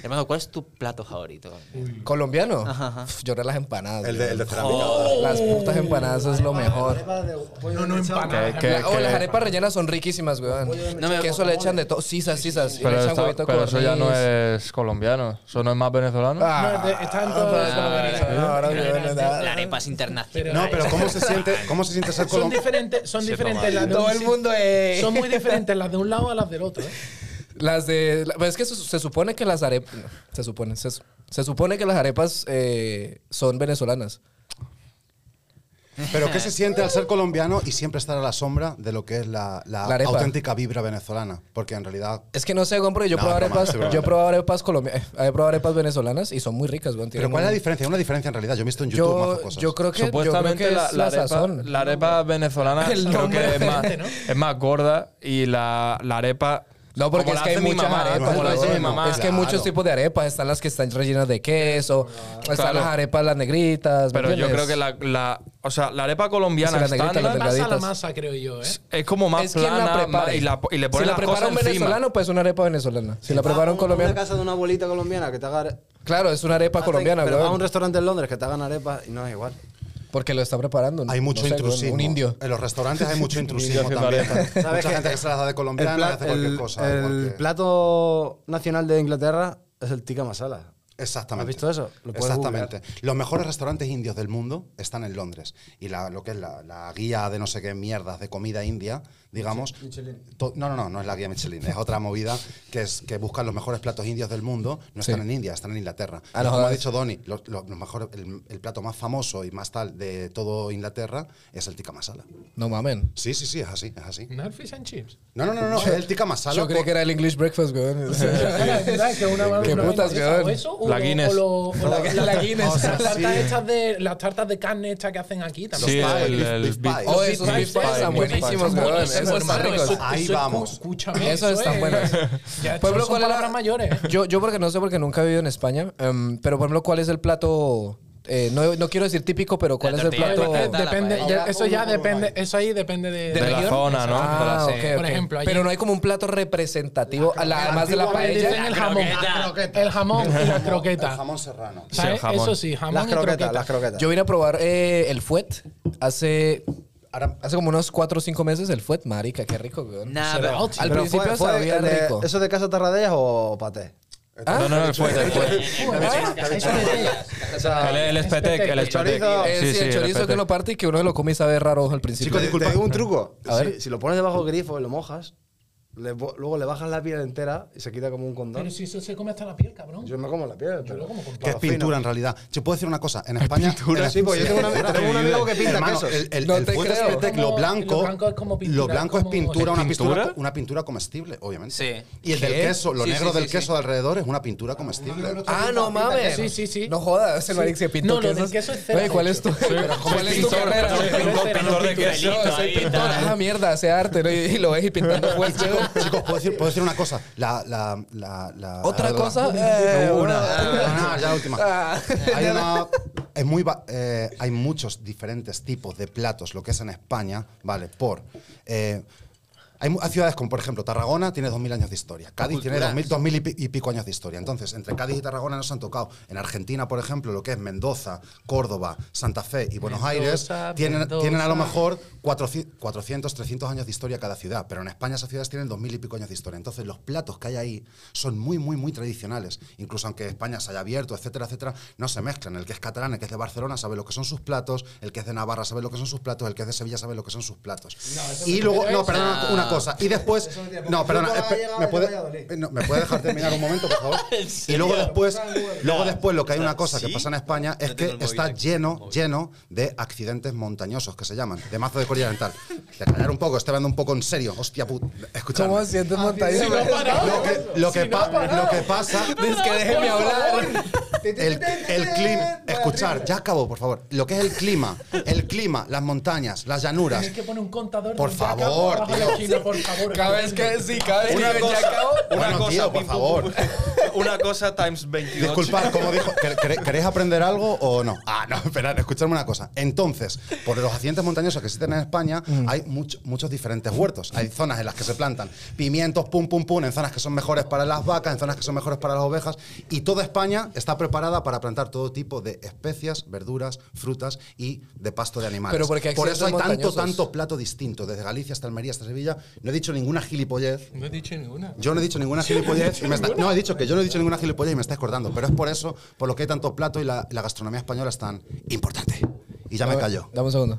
H: Hermano, ¿cuál es tu plato favorito?
C: ¿Colombiano?
H: Ajá, ajá.
C: Pf, Lloré las empanadas.
B: El de, el de cerámica.
C: Oh. Las putas empanadas es lo mejor.
E: No, no, empanada.
D: Que-
C: La- oh, las arepas rellenas son riquísimas, weón.
H: No me-
C: Queso le echan de todo. Sisas, sisas. Y
D: Pero,
C: le echan
D: está-
C: huevito
D: pero eso ya no
C: codorniz.
D: es colombiano. ¿Eso no es más venezolano?
C: Ah,
E: No, de- está en todo-
C: pero eso no,
E: Ah,
C: no,
E: sí.
C: no, no, no, no.
H: La arepa es internacional.
B: No, pero ¿cómo se siente, cómo se siente ser
E: Son
B: colombiano?
E: diferentes, son diferentes las de
C: Todo
E: un
C: el
E: sit-
C: mundo es.
E: Son muy diferentes las de un lado a las del otro. ¿eh?
C: Las de. la- pues es que se, se supone que las arepas. Se supone. Se, su- se supone que las arepas eh, son venezolanas.
B: Pero ¿qué se siente al ser colombiano y siempre estar a la sombra de lo que es la, la
C: La arepa.
B: auténtica vibra venezolana? Porque en realidad
C: Es que no sé, weón, porque yo he
B: No,
C: probado
B: broma,
C: arepas.
B: sí, broma.
C: Yo he probado arepas colombianas. He probado arepas venezolanas y son muy ricas, weón.
B: Pero
C: tienen
B: ¿cuál es
C: un-
B: la diferencia? Hay una diferencia en realidad. Yo he visto en YouTube más
C: Yo,
B: cosas.
C: yo creo que.
D: Supuestamente
C: yo creo que
D: la,
C: es
D: la
C: la,
D: arepa,
C: sazón.
D: la arepa venezolana
C: El
D: creo
C: nombre
D: que es
C: es
D: más,
E: diferente, ¿no?
D: es más gorda y la, la arepa.
C: No, porque
D: como
C: es
D: la
C: que hay
D: hace mi
C: muchas
D: mamá,
C: arepas.
D: Como la
C: weón.
D: hace mi
B: bueno,
D: mamá.
C: es que hay
B: claro.
C: muchos tipos de arepas. Están las que están rellenas de queso. Están
D: Claro.
C: las arepas, las negritas. ¿me
D: Pero yo
C: entiendes?
D: creo que la, la- o sea, la arepa colombiana
C: Sí, la negrita,
D: estándar
C: la
E: Pasa la
C: Delgaditas.
E: masa, creo yo. ¿eh?
D: es como más
C: Es quien la
D: plana
C: prepara.
D: más- y, la- y le
C: si
D: ponen
C: la
D: las cosas
C: prepara un
D: encima.
C: venezolano, pues es una arepa venezolana. Si la
I: Ah,
C: prepara un
I: como una
C: colombiano.
I: casa de una abuelita colombiana que te haga arepa
C: Claro, es una
E: Ah,
C: arepa colombiana,
I: Pero vas a un
C: weón.
I: restaurante en Londres que te hagan arepas y no es igual.
C: Porque lo está preparando.
B: hay mucho
C: no sé,
B: intrusismo.
C: Un indio.
B: En los restaurantes hay mucho intrusismo
D: haciendo
B: también.
D: arepas.
I: ¿Sabes
B: Mucha
I: qué?
B: gente que se las da de colombiana
I: pla-
B: y hace cualquier
I: el-
B: cosa.
I: el
B: igual que-
I: plato nacional de Inglaterra es el tikka masala.
B: Exactamente.
I: ¿Has visto eso? Lo puedes
B: Exactamente. Los mejores restaurantes indios del mundo están en Londres. Y la, lo que es la, la guía de no sé qué mierdas de comida india, digamos. to- No, no, no, no es la guía Michelin. Es otra movida que, es, que buscan los mejores platos indios del mundo. No
C: Sí.
B: están en India, están en Inglaterra.
C: Ah,
B: Y
C: no
B: como ha
C: jodas.
B: dicho Donny, lo- lo- lo mejor- el, el plato más famoso y más tal de todo Inglaterra es el tikka masala.
C: No mamen.
B: Sí, sí, sí, es así, es así.
E: ¿No es fish and chips?
B: No, no, no, no, es el tikka masala.
C: Yo creí
B: por-
C: que era el English breakfast, weón.
E: ¿Verdad? Que una
C: Qué
E: una
C: putas,
E: milanesa
C: weón.
E: o eso, o
D: La
E: lo-
D: Guinness.
E: O lo- o la, la-
C: La Guinness.
E: las tartas
B: sí.
E: estas de, las tartas de carne estas que hacen aquí también.
D: Sí,
B: Los pies,
D: el,
B: beef-
D: el
B: beef
D: beef-
B: pies.
C: Oh,
E: Sí,
C: esos
E: sí,
C: beef
E: sí,
C: pies
E: sí,
C: están
E: sí,
C: buenísimos,
E: sí,
C: weón. Esos
E: sí,
C: están
E: hermano,
C: ricos.
E: eso-
B: Ahí
E: eso es-
B: vamos.
E: Escúchame.
C: Esos
E: eso
C: están
E: es-
C: buenos.
E: Ya,
C: Por
E: por
C: ejemplo,
E: son
C: ¿cuál era-
E: palabras mayores. ¿eh?
C: Yo, yo porque no sé, porque nunca he vivido en España. em, pero, por ejemplo, ¿cuál es el plato? eh, no, no quiero decir típico, pero ¿cuál
H: La
C: es el
H: tortilla de
C: plato?
H: patata.
E: Depende,
H: paella.
E: ya- eso ya depende, eso ahí depende de,
D: de la zona, ¿no? De la-
C: Ah, ok,
E: Por
C: ok.
E: ejemplo, allí-
C: Pero no hay como un plato representativo, a la- además de la
E: Antiguamente dicen
C: paella.
E: el jamón, el jamón y las croquetas.
B: El jamón serrano.
D: Sí, el
E: ¿Sabes?
D: jamón.
E: Eso sí, jamón
I: Las
E: y
I: croquetas,
E: croquetas.
I: las croquetas.
C: Yo vine a probar eh, el fuet hace,
B: Ahora,
C: hace como unos 4 o 5 meses. El fuet, marica, qué rico, weón.
H: Nah,
E: Será
H: pero-
E: ocho.
C: Al
I: Pero
C: principio
I: fue- fue
C: sabía
I: el de-
C: rico.
I: ¿Eso de casa tarradellas o paté?
C: Ah,
D: No, no, no, el fuerte, el fuerte.
E: ¿eh?
I: O sea,
D: El, el espetec, el espetec.
I: Chorizo.
C: Eh, sí, el chorizo que
D: espetec.
C: no parte y que uno lo come y sabe raro al principio.
I: Chicos, disculpa. Te digo un truco.
C: A
I: si,
C: ver.
I: si lo pones debajo del grifo y lo mojas, le bo- luego le bajas la piel entera y se quita como un condón.
E: Pero si eso se come hasta la piel, cabrón.
I: Yo me como la piel, pero...
E: como con
B: que es pintura en realidad. Yo puedo decir una cosa, en España. en-
I: Sí, pues yo tengo un ami-
B: Espérate,
I: tengo un amigo que pinta
B: hermano,
I: quesos.
B: El, el,
C: No
B: el
C: te
B: puto
C: creo.
B: espetec,
E: Como-
B: lo blanco.
E: lo blanco es como pintura,
B: lo blanco es
E: como-
B: pintura,
E: ¿Es
B: una pintura,
D: pintura?
B: una pintura comestible, obviamente.
H: Sí.
B: Y el del
C: ¿Qué?
B: queso, lo
H: Sí,
B: negro
H: sí,
B: del
H: sí,
B: queso de alrededor es una pintura comestible.
C: Ah, no mames.
E: Sí, sí, sí.
C: No jodas, el
E: Sí.
C: marica se pintó
E: No, lo del
C: quesos.
E: queso es cero,
C: Oye, ¿cuál
E: de
C: es tu,
D: como
C: ¿cuál es tu
D: pintor,
C: carrera?
D: pero
C: güey?
D: soy un pintor de queso.
C: No, soy pintor. Ah, mierda, hace arte. ¿no? Y, y lo ves y pintando fuerte.
B: Chicos, ¿puedo decir, puedo decir una cosa. La, la, la, la-
C: ¿Otra
B: la-
C: cosa?
B: la-
C: Eh,
B: una.
C: una.
B: Ah, ya la última.
C: Ah.
B: Hay, una- es muy va- eh, hay muchos diferentes tipos de platos, lo que es en España, ¿vale? Por eh, Hay, mu- hay ciudades como, por ejemplo, Tarragona tiene 2.000 años de historia. Cádiz tiene
H: Cultural.
B: 2000, 2000 y pi- y pico años de historia. Entonces, entre Cádiz y Tarragona no se han tocado. En Argentina, por ejemplo, lo que es Mendoza, Córdoba, Santa Fe y Buenos
E: Mendoza,
B: Aires, tienen,
E: Mendoza.
B: tienen a lo mejor 400, 400, 300 años de historia cada ciudad. Pero en España esas ciudades tienen 2.000 y pico años de historia. Entonces, los platos que hay ahí son muy, muy, muy tradicionales. Incluso aunque España se haya abierto, etcétera, etcétera, no se mezclan. El que es catalán, el que es de Barcelona, sabe lo que son sus platos. El que es de Navarra sabe lo que son sus platos. El que es de Sevilla sabe lo que son sus platos. y luego, no, perdona, una cosa. Y después, no, perdona,
A: Yo para
B: espe-
A: llegar
B: ¿me
A: de
B: puede,
A: Valladolid.
B: eh, no, ¿me puede dejar terminar un momento, por favor? Y luego después, luego después lo que hay una cosa que pasa en España es
H: No
B: que
H: tengo el móvil
B: está
H: aquí.
B: lleno, lleno de accidentes montañosos que se llaman, de mazo de Corea Oriental. De callar un poco, estoy hablando un poco en serio. Hostia puta, escuchad.
C: ¿Cómo sientes montaña?
B: Lo que, lo que pa- lo que pasa
C: Es que déjeme hablar.
B: el, el clima. Escuchar, ya acabo, por favor. Lo que es el clima, el clima, las montañas, las llanuras.
E: que poner un contador.
B: Por
E: de Jaca
B: favor,
E: abajo de la
B: tío.
E: esquina, por favor.
C: Cada vez que sí, cada vez
B: Una
C: que
B: cosa-
C: ya acabo.
B: Bueno, tío, por
D: pim, pum,
B: favor.
D: pum, pum. una cosa times 28.
B: Disculpad, como dijo, ¿quer- quer- ¿queréis aprender algo o no? Ah, no, esperad, escuchadme una cosa. Entonces, por los accidentes montañosos que existen en España,
C: Mm.
B: hay mucho- muchos diferentes huertos. Hay zonas en las que se plantan pimientos, pum, pum, pum, en zonas que son mejores para las vacas, en zonas que son mejores para las ovejas. Y toda España está preparada para plantar todo tipo de especias, verduras, frutas y de pasto de animales.
C: Pero porque hay
B: por eso hay
C: accidentes
B: tanto,
C: montañosos.
B: tanto plato distinto, desde Galicia hasta Almería hasta Sevilla. No he dicho ninguna gilipollez.
E: No he dicho ninguna.
B: Yo no he dicho ninguna gilipollez. y me está- no, he dicho que yo no he dicho ninguna gilipollez y me estáis cortando. Pero es por eso, por lo que hay tanto plato y la, la gastronomía española es tan importante. Y ya me callo.
C: Dame un segundo.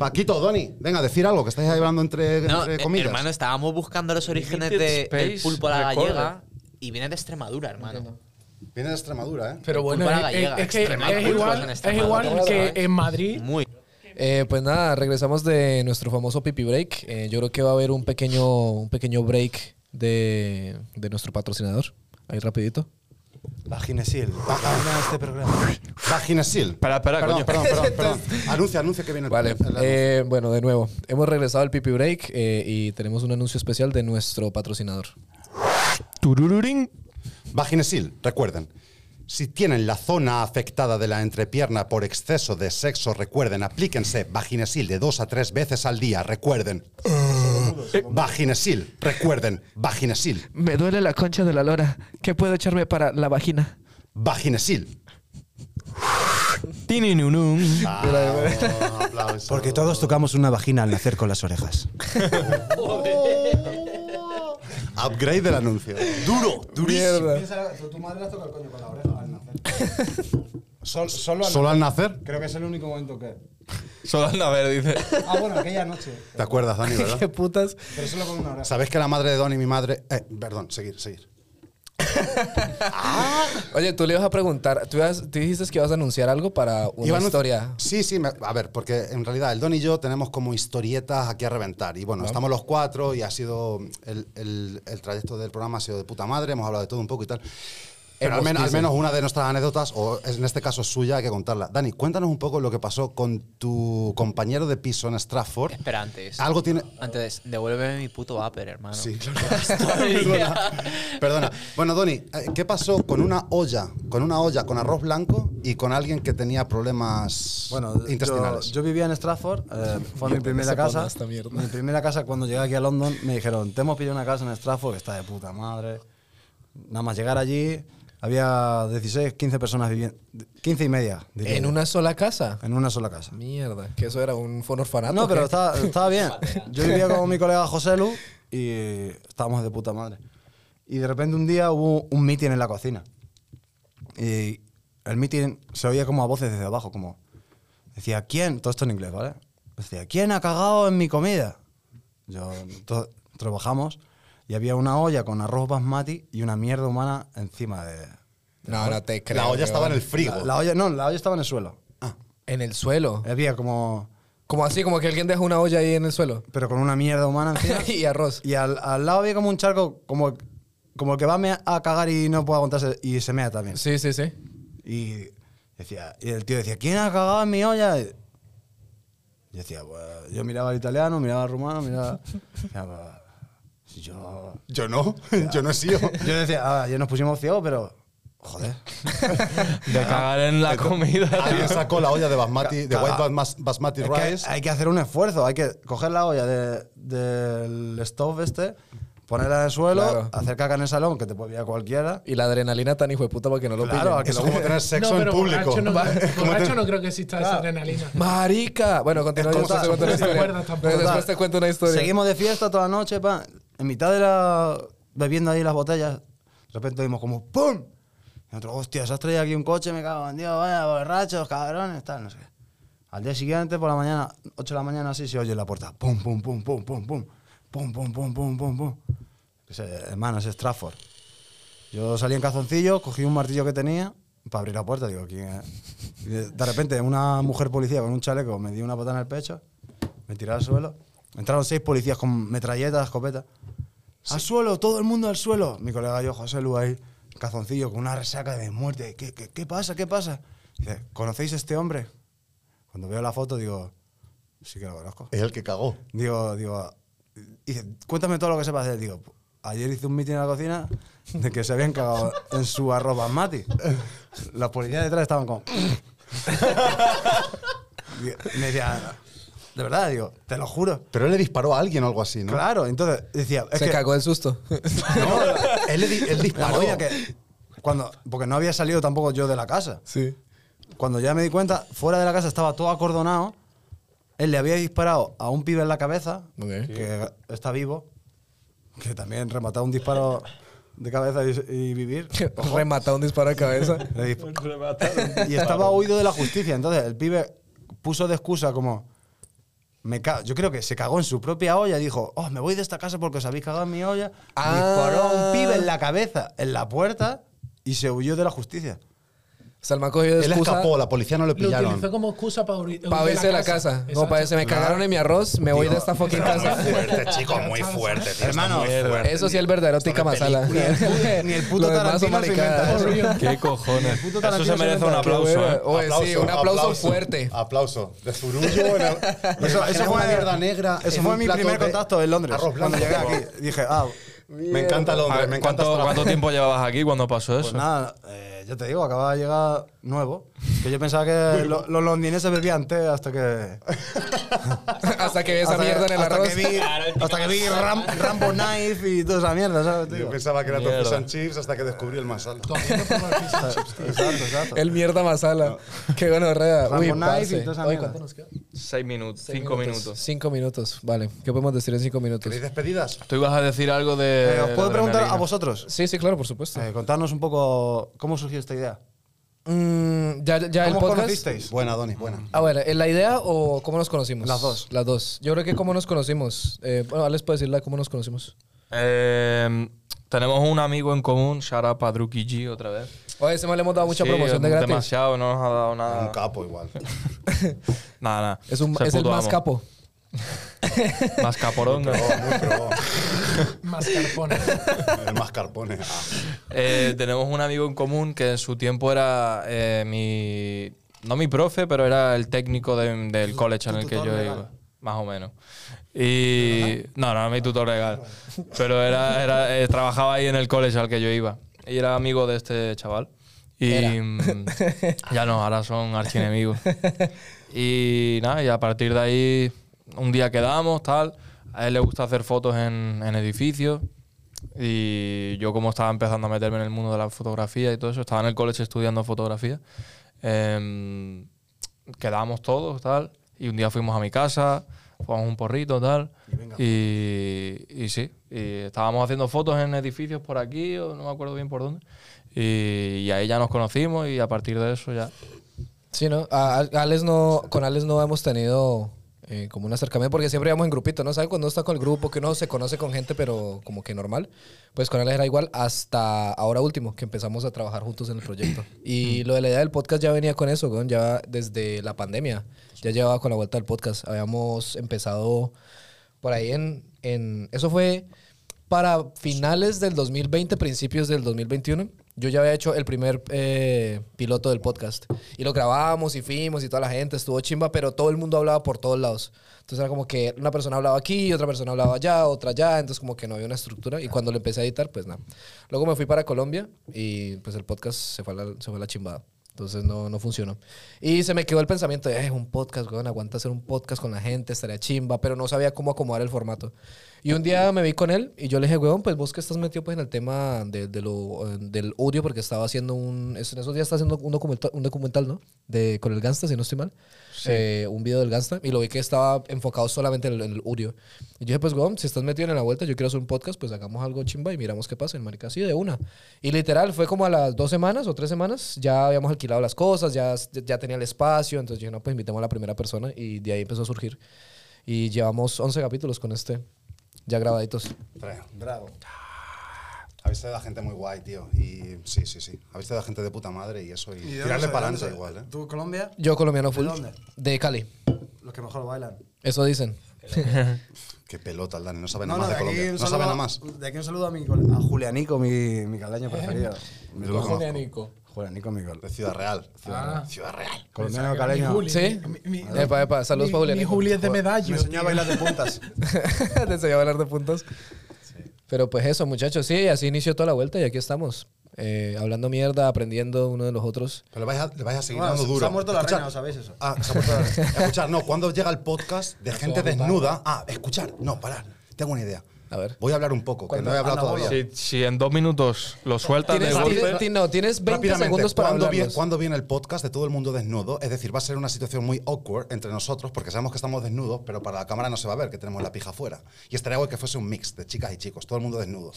B: Paquito, Doni, venga, decir algo, que estáis hablando entre,
F: No,
B: entre
F: eh,
B: comillas.
F: hermano, estábamos buscando los orígenes
D: Limited
F: de
D: Space
F: el pulpo a la
D: Recorder.
F: gallega y viene de Extremadura, hermano.
B: Viene de Extremadura, ¿eh?
E: Pero bueno,
F: Cultura
E: es, es-
F: gallega,
E: es que
F: Extremadura,
E: es
C: pues,
F: cultura en
E: igual, es
F: Extremadura,
E: igual que
F: ¿sabes?
E: en Madrid.
F: Muy.
C: Eh, pues nada, regresamos de nuestro famoso pipi break. Eh, yo creo que va a haber un pequeño, un pequeño break de, de nuestro patrocinador. Ahí rapidito.
A: Vaginesil. Patrocina este programa.
B: Vaginesil.
D: Espera, espera,
B: perdón,
D: coño.
B: perdón, perdón, perdón. Anuncia, anuncia que viene el
C: Vale,
B: el anuncio.
C: eh, bueno, de nuevo, hemos regresado al pipi break eh, y tenemos un anuncio especial de nuestro patrocinador.
B: Vaginesil, recuerden. Si tienen la zona afectada de la entrepierna por exceso de sexo, recuerden, aplíquense Vaginesil de dos a tres veces al día, recuerden.
A: Eh.
B: Vaginesil, recuerden, Vaginesil,
G: Me duele la concha de la lora. ¿Qué puedo echarme para la vagina?
B: Vaginesil.
A: eh. Porque todos tocamos una vagina al nacer con las orejas.
B: Upgrade del anuncio. Duro, durísimo.
A: Tu madre has tocado el coño con la oreja al nacer. solo al
B: Solo al nacer.
A: Creo que es el único momento que.
D: Solo a ver, dice.
A: Ah, bueno, aquella noche.
B: ¿Te acuerdas, Dani, verdad?
C: putas?
A: Pero solo con una oreja.
B: ¿Sabes que la madre de Don y mi madre. Eh, perdón, seguir, seguir.
C: Oye, tú le ibas a preguntar, tú, ibas- tú dijiste que ibas a anunciar algo para una
B: Iba a anun-
C: historia.
B: Sí, sí, me- a ver, porque en realidad el Don y yo tenemos como historietas aquí a reventar. Y bueno, estamos los cuatro y ha sido. El, el- el trayecto del programa ha sido de puta madre, hemos hablado de todo un poco y tal. Pero al,
C: Hemos,
B: men- al
C: dicen.
B: menos una de nuestras anécdotas, o es- en este caso es suya, hay que contarla. Dani, cuéntanos un poco lo que pasó con tu compañero de piso en Stratford.
F: Espera, antes.
B: Algo tiene.
F: Antes, devuélveme mi puto upper, hermano.
B: Ah. Sí, claro. Perdona, Perdona. Bueno, Doni, eh, ¿qué pasó con una olla, con una olla con arroz blanco y con alguien que tenía problemas
A: Bueno, yo,
B: intestinales?
A: yo vivía en Stratford, eh, fue mi primera
C: se pone
A: casa.
C: esta mierda.
A: Mi primera casa cuando llegué aquí a London me dijeron, te hemos pillado una casa en Stratford que está de puta madre. Nada más llegar allí, había 16, 15 personas viviendo, 15 y media, diría
C: En
A: yo,
C: una sola casa.
A: en una sola casa.
C: Mierda, que eso era un, fue un orfanato.
A: No, pero
C: ¿qué?
A: estaba, estaba bien. Yo vivía con mi colega José Lu y estábamos de puta madre. Y de repente un día hubo un meeting en la cocina. Y el meeting se oía como a voces desde abajo, como... Decía, ¿quién? Todo esto en inglés, ¿vale? Decía, ¿quién ha cagado en mi comida? Yo, to- trabajamos y había una olla con arroz basmati y una mierda humana encima de...
C: No, no te creo.
B: la olla estaba en el
C: weón.
B: frigo.
A: La, la olla, no, la olla estaba en el suelo.
C: En el suelo.
A: Había como...
C: Como así, como que alguien dejó una olla ahí en el suelo.
A: Pero con una mierda humana encima.
C: y arroz.
A: Y al, al lado había como un charco, como, como el que va a, mea- a cagar y no puede aguantarse, y se mea también.
C: Sí, sí, sí.
A: Y, decía, y el tío decía, ¿quién ha cagado en mi olla? Y yo decía, pues, yo miraba al italiano, miraba al rumano, miraba... decía, pues, yo...
B: Yo no, yo no he sido.
A: Yo decía, ah, yo nos pusimos ciegos, pero Joder.
D: De cagar en la comida.
B: Alguien
D: tío.
B: sacó la olla de basmati, de
A: Ca-
B: white basmas- basmati
A: Es que hay-
B: rice.
A: hay que hacer un esfuerzo, hay que coger la olla de- del stove este, ponerla en el suelo,
C: Claro.
A: hacer caca en el salón, que te puede pillar cualquiera.
C: Y la adrenalina tan hijo de puta para que no lo
A: Claro,
C: pillen.
A: a que
B: Eso
A: lo
B: es como tener sexo
E: no,
B: en
E: pero
B: público.
E: borracho no,
B: Como
E: borracho
B: te-
E: no creo que exista esa adrenalina.
C: ¡Marica! Bueno, continúa, yo
A: Es
C: después
A: como-
C: te cuento una
E: No te
C: historia.
E: acuerdas tampoco.
C: Después te cuento una historia.
A: Seguimos de fiesta toda la noche, pa. En mitad de la. bebiendo ahí las botellas, de repente vimos como ¡Pum! Y nosotros, hostia, se has traído aquí un coche, me cago en Dios, vaya, borrachos, cabrones, tal, no sé. qué. Al día siguiente, por la mañana, 8 de la mañana, así se oye en la puerta. ¡Pum, pum, pum, pum, pum, pum! ¡Pum, pum, pum, pum, pum, pum! Que se- Hermano, es Stratford. Yo salí en cazoncillo, cogí un martillo que tenía para abrir la puerta. Digo, ¿quién es? Y de- De repente, una mujer policía con un chaleco me dio una patada en el pecho, me tiró al suelo. Entraron seis policías con metralletas, escopetas. Al suelo, todo el mundo al suelo. Mi colega yo, José Lu, ahí, en cazoncillo, con una resaca de muerte. ¿Qué, qué, qué pasa? ¿Qué pasa? Dice, ¿conocéis a este hombre? Cuando veo la foto, digo, sí que lo conozco.
B: Es el que cagó.
A: Digo, digo, dice, cuéntame todo lo que sepas de él. Digo, ayer hice un mitin en la cocina de que se habían cagado en su arroba mati. Los policías detrás estaban como... Digo, y me decía, de verdad, digo, te lo juro.
B: Pero él le disparó a alguien o algo así, ¿no?
A: Claro, entonces decía, es
C: Se
A: que...
C: cagó del susto.
B: No, él, le di- él
A: la
B: disparó.
A: movida que cuando, porque no había salido tampoco yo de la casa.
C: sí.
A: Cuando ya me di cuenta, fuera de la casa estaba todo acordonado. Él le había disparado a un pibe en la cabeza,
C: Ok.
A: que está vivo, que también remataba un disparo de cabeza y, y vivir. Ojo.
C: Remata un disparo de cabeza.
A: Le disp- y estaba huido de la justicia. Entonces el pibe puso de excusa como... Me ca- yo creo que se cagó en su propia olla y dijo, oh, me voy de esta casa porque os habéis cagado en mi olla.
C: Ah.
A: Disparó a un pibe en la cabeza, en la puerta, y se huyó de la justicia.
C: Salman cogió de
B: Él
C: excusa
B: escapó, la policía no le
E: Lo
B: pillaron.
E: utilizó como excusa para huir
C: para irse de la casa. No, para irse, me cagaron en mi arroz, me voy de esta fucking casa.
B: fuerte, Este chico, muy fuerte. tío,
A: Hermano,
B: está muy fuerte.
C: Eso sí, el verdadero tica masala.
A: Ni el puto
C: Lo demás son
A: Tarantino se inventa
C: maricadas.
A: eso.
D: ¿Qué cojones?
A: puto
D: Eso
A: Tarantino
D: se
A: se
D: merece
A: inventa.
D: un
C: Qué
D: aplauso,
C: bueno.
D: ¿eh?
C: Oye, sí, un aplauso, fuerte.
B: Aplauso. De zurullo. en el- Me
A: Eso,
B: imaginé
A: eso fue
B: una mierda negra.
A: Eso
B: en
A: fue
B: un
A: mi
B: plato
A: primer
B: de
A: contacto en Londres.
B: Arroz blanco.
A: Cuando llegué aquí dije, ah,
B: Me encanta
D: A
B: Londres,
D: ver,
B: me encanta
D: ¿cuánto,
B: esta-
D: cuánto tiempo llevabas aquí cuando pasó
A: pues
D: eso?
A: nada, eh, yo te digo, acababa de llegar nuevo. Que yo pensaba que lo- los londinenses bebían té hasta que.
C: Hasta que ve esa
A: hasta que-
C: mierda en el
A: hasta
C: arroz.
A: Que vi, hasta que vi Ram- Rambo Knife y toda esa mierda, ¿sabes? tío?
B: Yo pensaba que era todo fish
D: Mierda.
B: and chips hasta que descubrí el masal.
A: Exacto, exacto.
C: El mierda masala. Qué bueno, rea.
A: Rambo
C: Uy,
A: Knife
C: parce.
A: y toda esa
C: Oye,
A: mierda.
C: ¿cuánto nos queda?
D: Seis minutos, cinco minutos.
C: Cinco minutos, vale. ¿Qué podemos decir en cinco minutos?
B: ¿Tenéis despedidas?
D: Tú ibas a decir algo de.
A: Eh, ¿Os puedo
D: la
A: preguntar a
D: adrenalina.
A: vosotros?
C: Sí, sí, claro, por supuesto.
A: Eh, contarnos un poco cómo surgió esta idea.
C: Mm, ya ya el
A: ¿Cómo os
C: podcast.
A: conocisteis?
B: Buena, Doni, buena.
C: A ver, ¿eh, ¿la idea o cómo nos conocimos?
A: Las dos.
C: Las dos. Yo creo que cómo nos conocimos. Eh, bueno, les puedo decir la cómo nos conocimos.
D: Eh, tenemos un amigo en común, Shara Padruki G, otra vez.
C: Oye, se me le hemos dado mucha
D: Sí,
C: promoción de gratis.
D: Demasiado, no nos ha dado
B: Un
D: nada.
B: capo igual.
D: Nada, nada.
C: Es, un,
D: Se
C: es el
D: puto
C: más
D: amo.
C: capo.
D: Más caporón. ¿no?
B: Muy pro.
E: Mascarpone.
B: El mascarpone. Ah.
D: Eh, tenemos un amigo en común que en su tiempo era eh, mi. No mi profe, pero era el técnico de- del college en el que yo iba. Más o menos. Y. No, no, mi tutor legal. Pero era, era, eh, trabajaba ahí en el college al que yo iba. Y era amigo de este chaval. Y. mm, Ya no, ahora son archienemigos. Y nada, y a partir de ahí, un día quedamos, tal. A él le gusta hacer fotos en, en edificios. Y yo, como estaba empezando a meterme en el mundo de la fotografía y todo eso, estaba en el college estudiando fotografía. em, quedábamos todos, tal. Y un día fuimos a mi casa, jugamos un porrito, tal. Y, y sí, y estábamos haciendo fotos en edificios por aquí, o no me acuerdo bien por dónde. Y, y ahí ya nos conocimos y a partir de eso ya.
C: Sí, ¿no? A- a- Alex no con Alex no hemos tenido eh, como un acercamiento porque siempre íbamos en grupito, ¿no? ¿Sabes? Cuando uno está con el grupo, que uno se conoce con gente, pero como que normal. Pues con Alex era igual hasta ahora último, que empezamos a trabajar juntos en el proyecto. Y lo de la idea del podcast ya venía con eso, weón, ya desde la pandemia. Ya llevaba con la vuelta del podcast. Habíamos empezado por ahí en. en eso fue para finales del 2020, principios del 2021, yo ya había hecho el primer eh, piloto del podcast. Y lo grabamos y fuimos y toda la gente estuvo chimba, pero todo el mundo hablaba por todos lados. Entonces era como que una persona hablaba aquí, otra persona hablaba allá, otra allá, entonces como que no había una estructura. Y cuando lo empecé a editar, pues nada. Luego me fui para Colombia y pues el podcast se fue a la, se fue a la chimbada. Entonces no, no funcionó. Y se me quedó el pensamiento de, es un podcast, weón, aguanta hacer un podcast con la gente, estaría chimba, pero no sabía cómo acomodar el formato. Y un día me vi con él y yo le dije, weón, pues vos que estás metido pues, en el tema de, de lo, eh, del audio, porque estaba haciendo un. es- En esos días estaba haciendo un documental, un documental ¿no? De, con el Gangsta, si no estoy mal. Eh, un video del Gangsta. Y lo vi que estaba enfocado solamente en el, en el audio. Y yo dije, pues, weón, si estás metido en la vuelta, yo quiero hacer un podcast, pues hagamos algo chimba y miramos qué pasa. Y el marica, así de una. Y literal, fue como a las dos semanas o tres semanas, ya habíamos alquilado las cosas, ya, ya tenía el espacio. Entonces yo dije, no, pues invitemos a la primera persona. Y de ahí empezó a surgir. Y llevamos 11 capítulos con este. Ya grabaditos.
B: Tres. Bravo. Habéis traído a gente muy guay, tío. Y sí, sí, sí. Habéis traído a gente de puta madre y eso. Y,
A: ¿Y de dónde
B: tirarle
A: sois? ¿De
B: para adelante
A: dónde
B: igual,
A: sois?
B: ¿eh?
A: ¿Tú, colombiano?
C: Yo colombiano full.
A: dónde?
C: De Cali.
A: Los que mejor bailan.
C: Eso dicen.
B: Qué pelota el Dani. No sabe nada más de, Colombia. No sabe
A: saludo,
B: nada más.
A: De aquí un saludo a, mi, cole- a Julianico, mi, mi caleño preferido.
B: Yo lo conozco.
A: Julianico, mi col-
B: De Ciudad Real. Ciudad
E: Ah.
B: Real. Ciudad Real.
A: colombiano caleño.
E: Juli.
C: ¿Sí?
E: Mi- mi-
C: Epa, epa, saludos
E: mi-
C: pa' Julián.
E: Mi Juli es de medallo.
A: Me enseñó a
E: tío.
A: bailar de puntas.
C: Te enseñó a hablar de puntos. Pero pues eso, muchachos. Sí, así inició toda la vuelta y aquí estamos. Eh, hablando mierda, aprendiendo uno de los otros.
B: Pero le vais a, le vais a seguir
A: Bueno,
B: dando
A: se-
B: duro.
A: se ha muerto la
B: Escuchad.
A: reina, ¿lo sabéis eso?
B: Ah, se ha muerto la reina. Escuchar, no. Cuando llega el podcast de gente desnuda. Ah, escuchar. No, parar. Tengo una idea.
C: A ver.
B: Voy a hablar un poco, que
C: ¿Cuándo?
B: no he hablado
A: Anda,
B: todavía.
D: Si, si en dos minutos lo sueltas de
C: Tienes,
D: golpe.
C: tienes- ti- no, tienes 20
B: Rápidamente,
C: segundos para
B: ¿cuándo viene,
C: hablarnos.
B: cuándo viene el podcast de todo el mundo desnudo? Es decir, va a ser una situación muy awkward entre nosotros, porque sabemos que estamos desnudos, pero para la cámara no se va a ver que tenemos la pija afuera. Y estaría guay que fuese un mix de chicas y chicos, todo el mundo desnudo.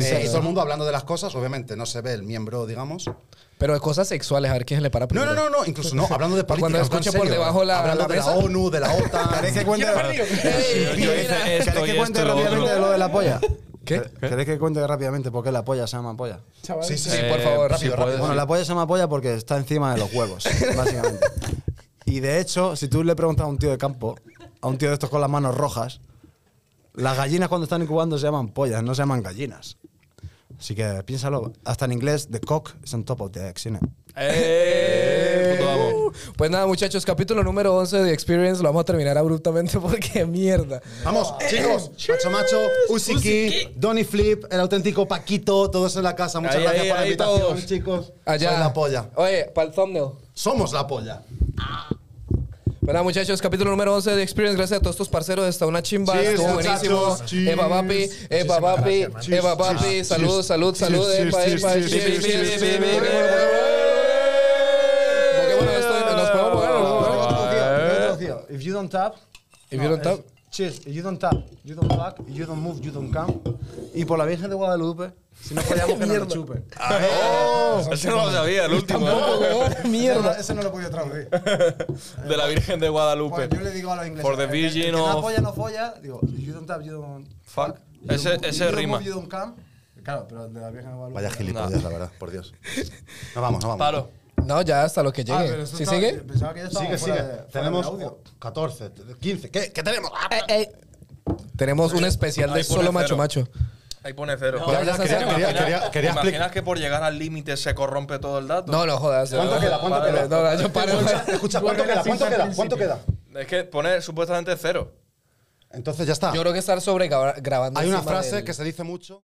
B: Eh, y todo el mundo hablando de las cosas, obviamente no se ve el miembro, digamos.
C: Pero de cosas sexuales, a ver quién le para
B: No,
C: primero.
B: no, no, no, incluso no, hablando de
C: Cuando
B: política. algo en
C: escuche por
B: serio.
C: debajo la-
B: hablando
C: la
B: de la
C: mesa.
B: ONU, de la OTAN.
A: ¿Queréis que cuente,
C: Ey,
D: Yo
C: mira.
D: hice
A: ¿Queréis
D: esto y
A: que
D: esto
A: cuente
D: y lo
A: rápidamente
D: otro.
A: de lo de la polla?
C: ¿Qué?
A: ¿Queréis que cuente rápidamente por qué la polla se llama polla?
B: Sí, sí,
D: Eh,
B: sí,
C: por favor,
D: si
B: rápido,
D: puedes.
B: rápido.
A: Bueno, la polla se llama polla porque está encima de los huevos, básicamente. Y de hecho, si tú le preguntas a un tío de campo, a un tío de estos con las manos rojas, las gallinas cuando están incubando se llaman pollas, no se llaman gallinas. Así que piénsalo. Hasta en inglés, the cock is on top of the egg, ¿sí?
D: ¡Eh! Puto amo.
C: Pues nada, muchachos, capítulo número 11 de Experience lo vamos a terminar abruptamente porque mierda.
B: Vamos, chicos, Macho Macho, Usiki, Donny Flip, el auténtico Paquito, todos en la casa. Muchas
D: Ahí,
B: gracias
D: ahí,
B: por la
D: ahí
B: invitación,
D: todos.
B: chicos.
C: Allá.
B: Soy la polla.
C: Oye, para el thumbnail.
B: Somos la polla.
C: Bueno, muchachos, capítulo número 11 de Experience. Gracias a todos estos parceros. Está una chimba.
B: Cheers,
C: Estuvo buenísimo.
B: muchachos. Cheers.
C: Eva Papi, Eva
E: Muchísimas
C: Papi,
E: gracias, man.
C: Eva Papi.
B: Cheers.
C: Salud,
B: Cheers.
C: salud, salud.
B: Cheers,
C: Epa,
B: cheers,
C: epa,
B: cheers,
C: cheers,
B: cheers,
C: cheers,
B: cheers,
C: cheers.
B: cheers,
C: Pokémon, esto nos podemos poner. nos podemos poner.
D: eh.
A: If you don't tap.
C: If you don't tap.
A: Cheers, if you don't tap, you don't fuck, if you don't move, you don't come. Y por la Virgen de Guadalupe, si no follamos que no lo chupe.
D: Ah, Ese no lo sabía, el último. ¿eh?
A: Mierda, eso no lo he podido traducir.
D: De la Virgen de Guadalupe.
A: Pues yo le digo a los ingleses.
D: For the
A: el que- el
D: Virgin
A: que no
D: of-
A: folla, no folla. Digo, you don't tap, you don't
D: Fuck.
A: fuck. you
D: Ese-
A: don't move,
D: ese
A: you don't
D: rima.
A: move, You don't come. Claro, pero el de Ah, la vieja no
B: Vaya gilipollas, la verdad, por Dios. No vamos, no vamos.
D: Palo.
C: No, ya hasta lo que
B: Ah,
C: llegue. ¿Si sigue?
A: Pensaba que ya estaba
B: Sigue, sigue.
A: fuera de- fuera
B: tenemos
A: de audio.
B: 14, 15. ¿Qué, qué tenemos? Ah,
C: Tenemos un especial de
D: Ahí pone
C: solo macho
D: cero.
C: macho.
D: Ahí pone cero.
C: Ya, ya, quería-
B: quería- quería- quería
D: ¿Te imaginas
B: explicar-
D: que por llegar al límite se corrompe todo el dato?
C: No, no jodas.
B: ¿Cuánto
C: no,
B: queda? ¿Cuánto
C: vale,
B: queda?
C: No, no, yo paro.
B: Escucha, ¿cuánto queda? ¿Cuánto queda? ¿Cuánto queda?
D: Es que pone supuestamente cero.
B: Entonces ya está.
C: Yo creo que estar sobre grabando.
B: Hay una
C: encima
B: frase
C: del-
B: que se dice mucho.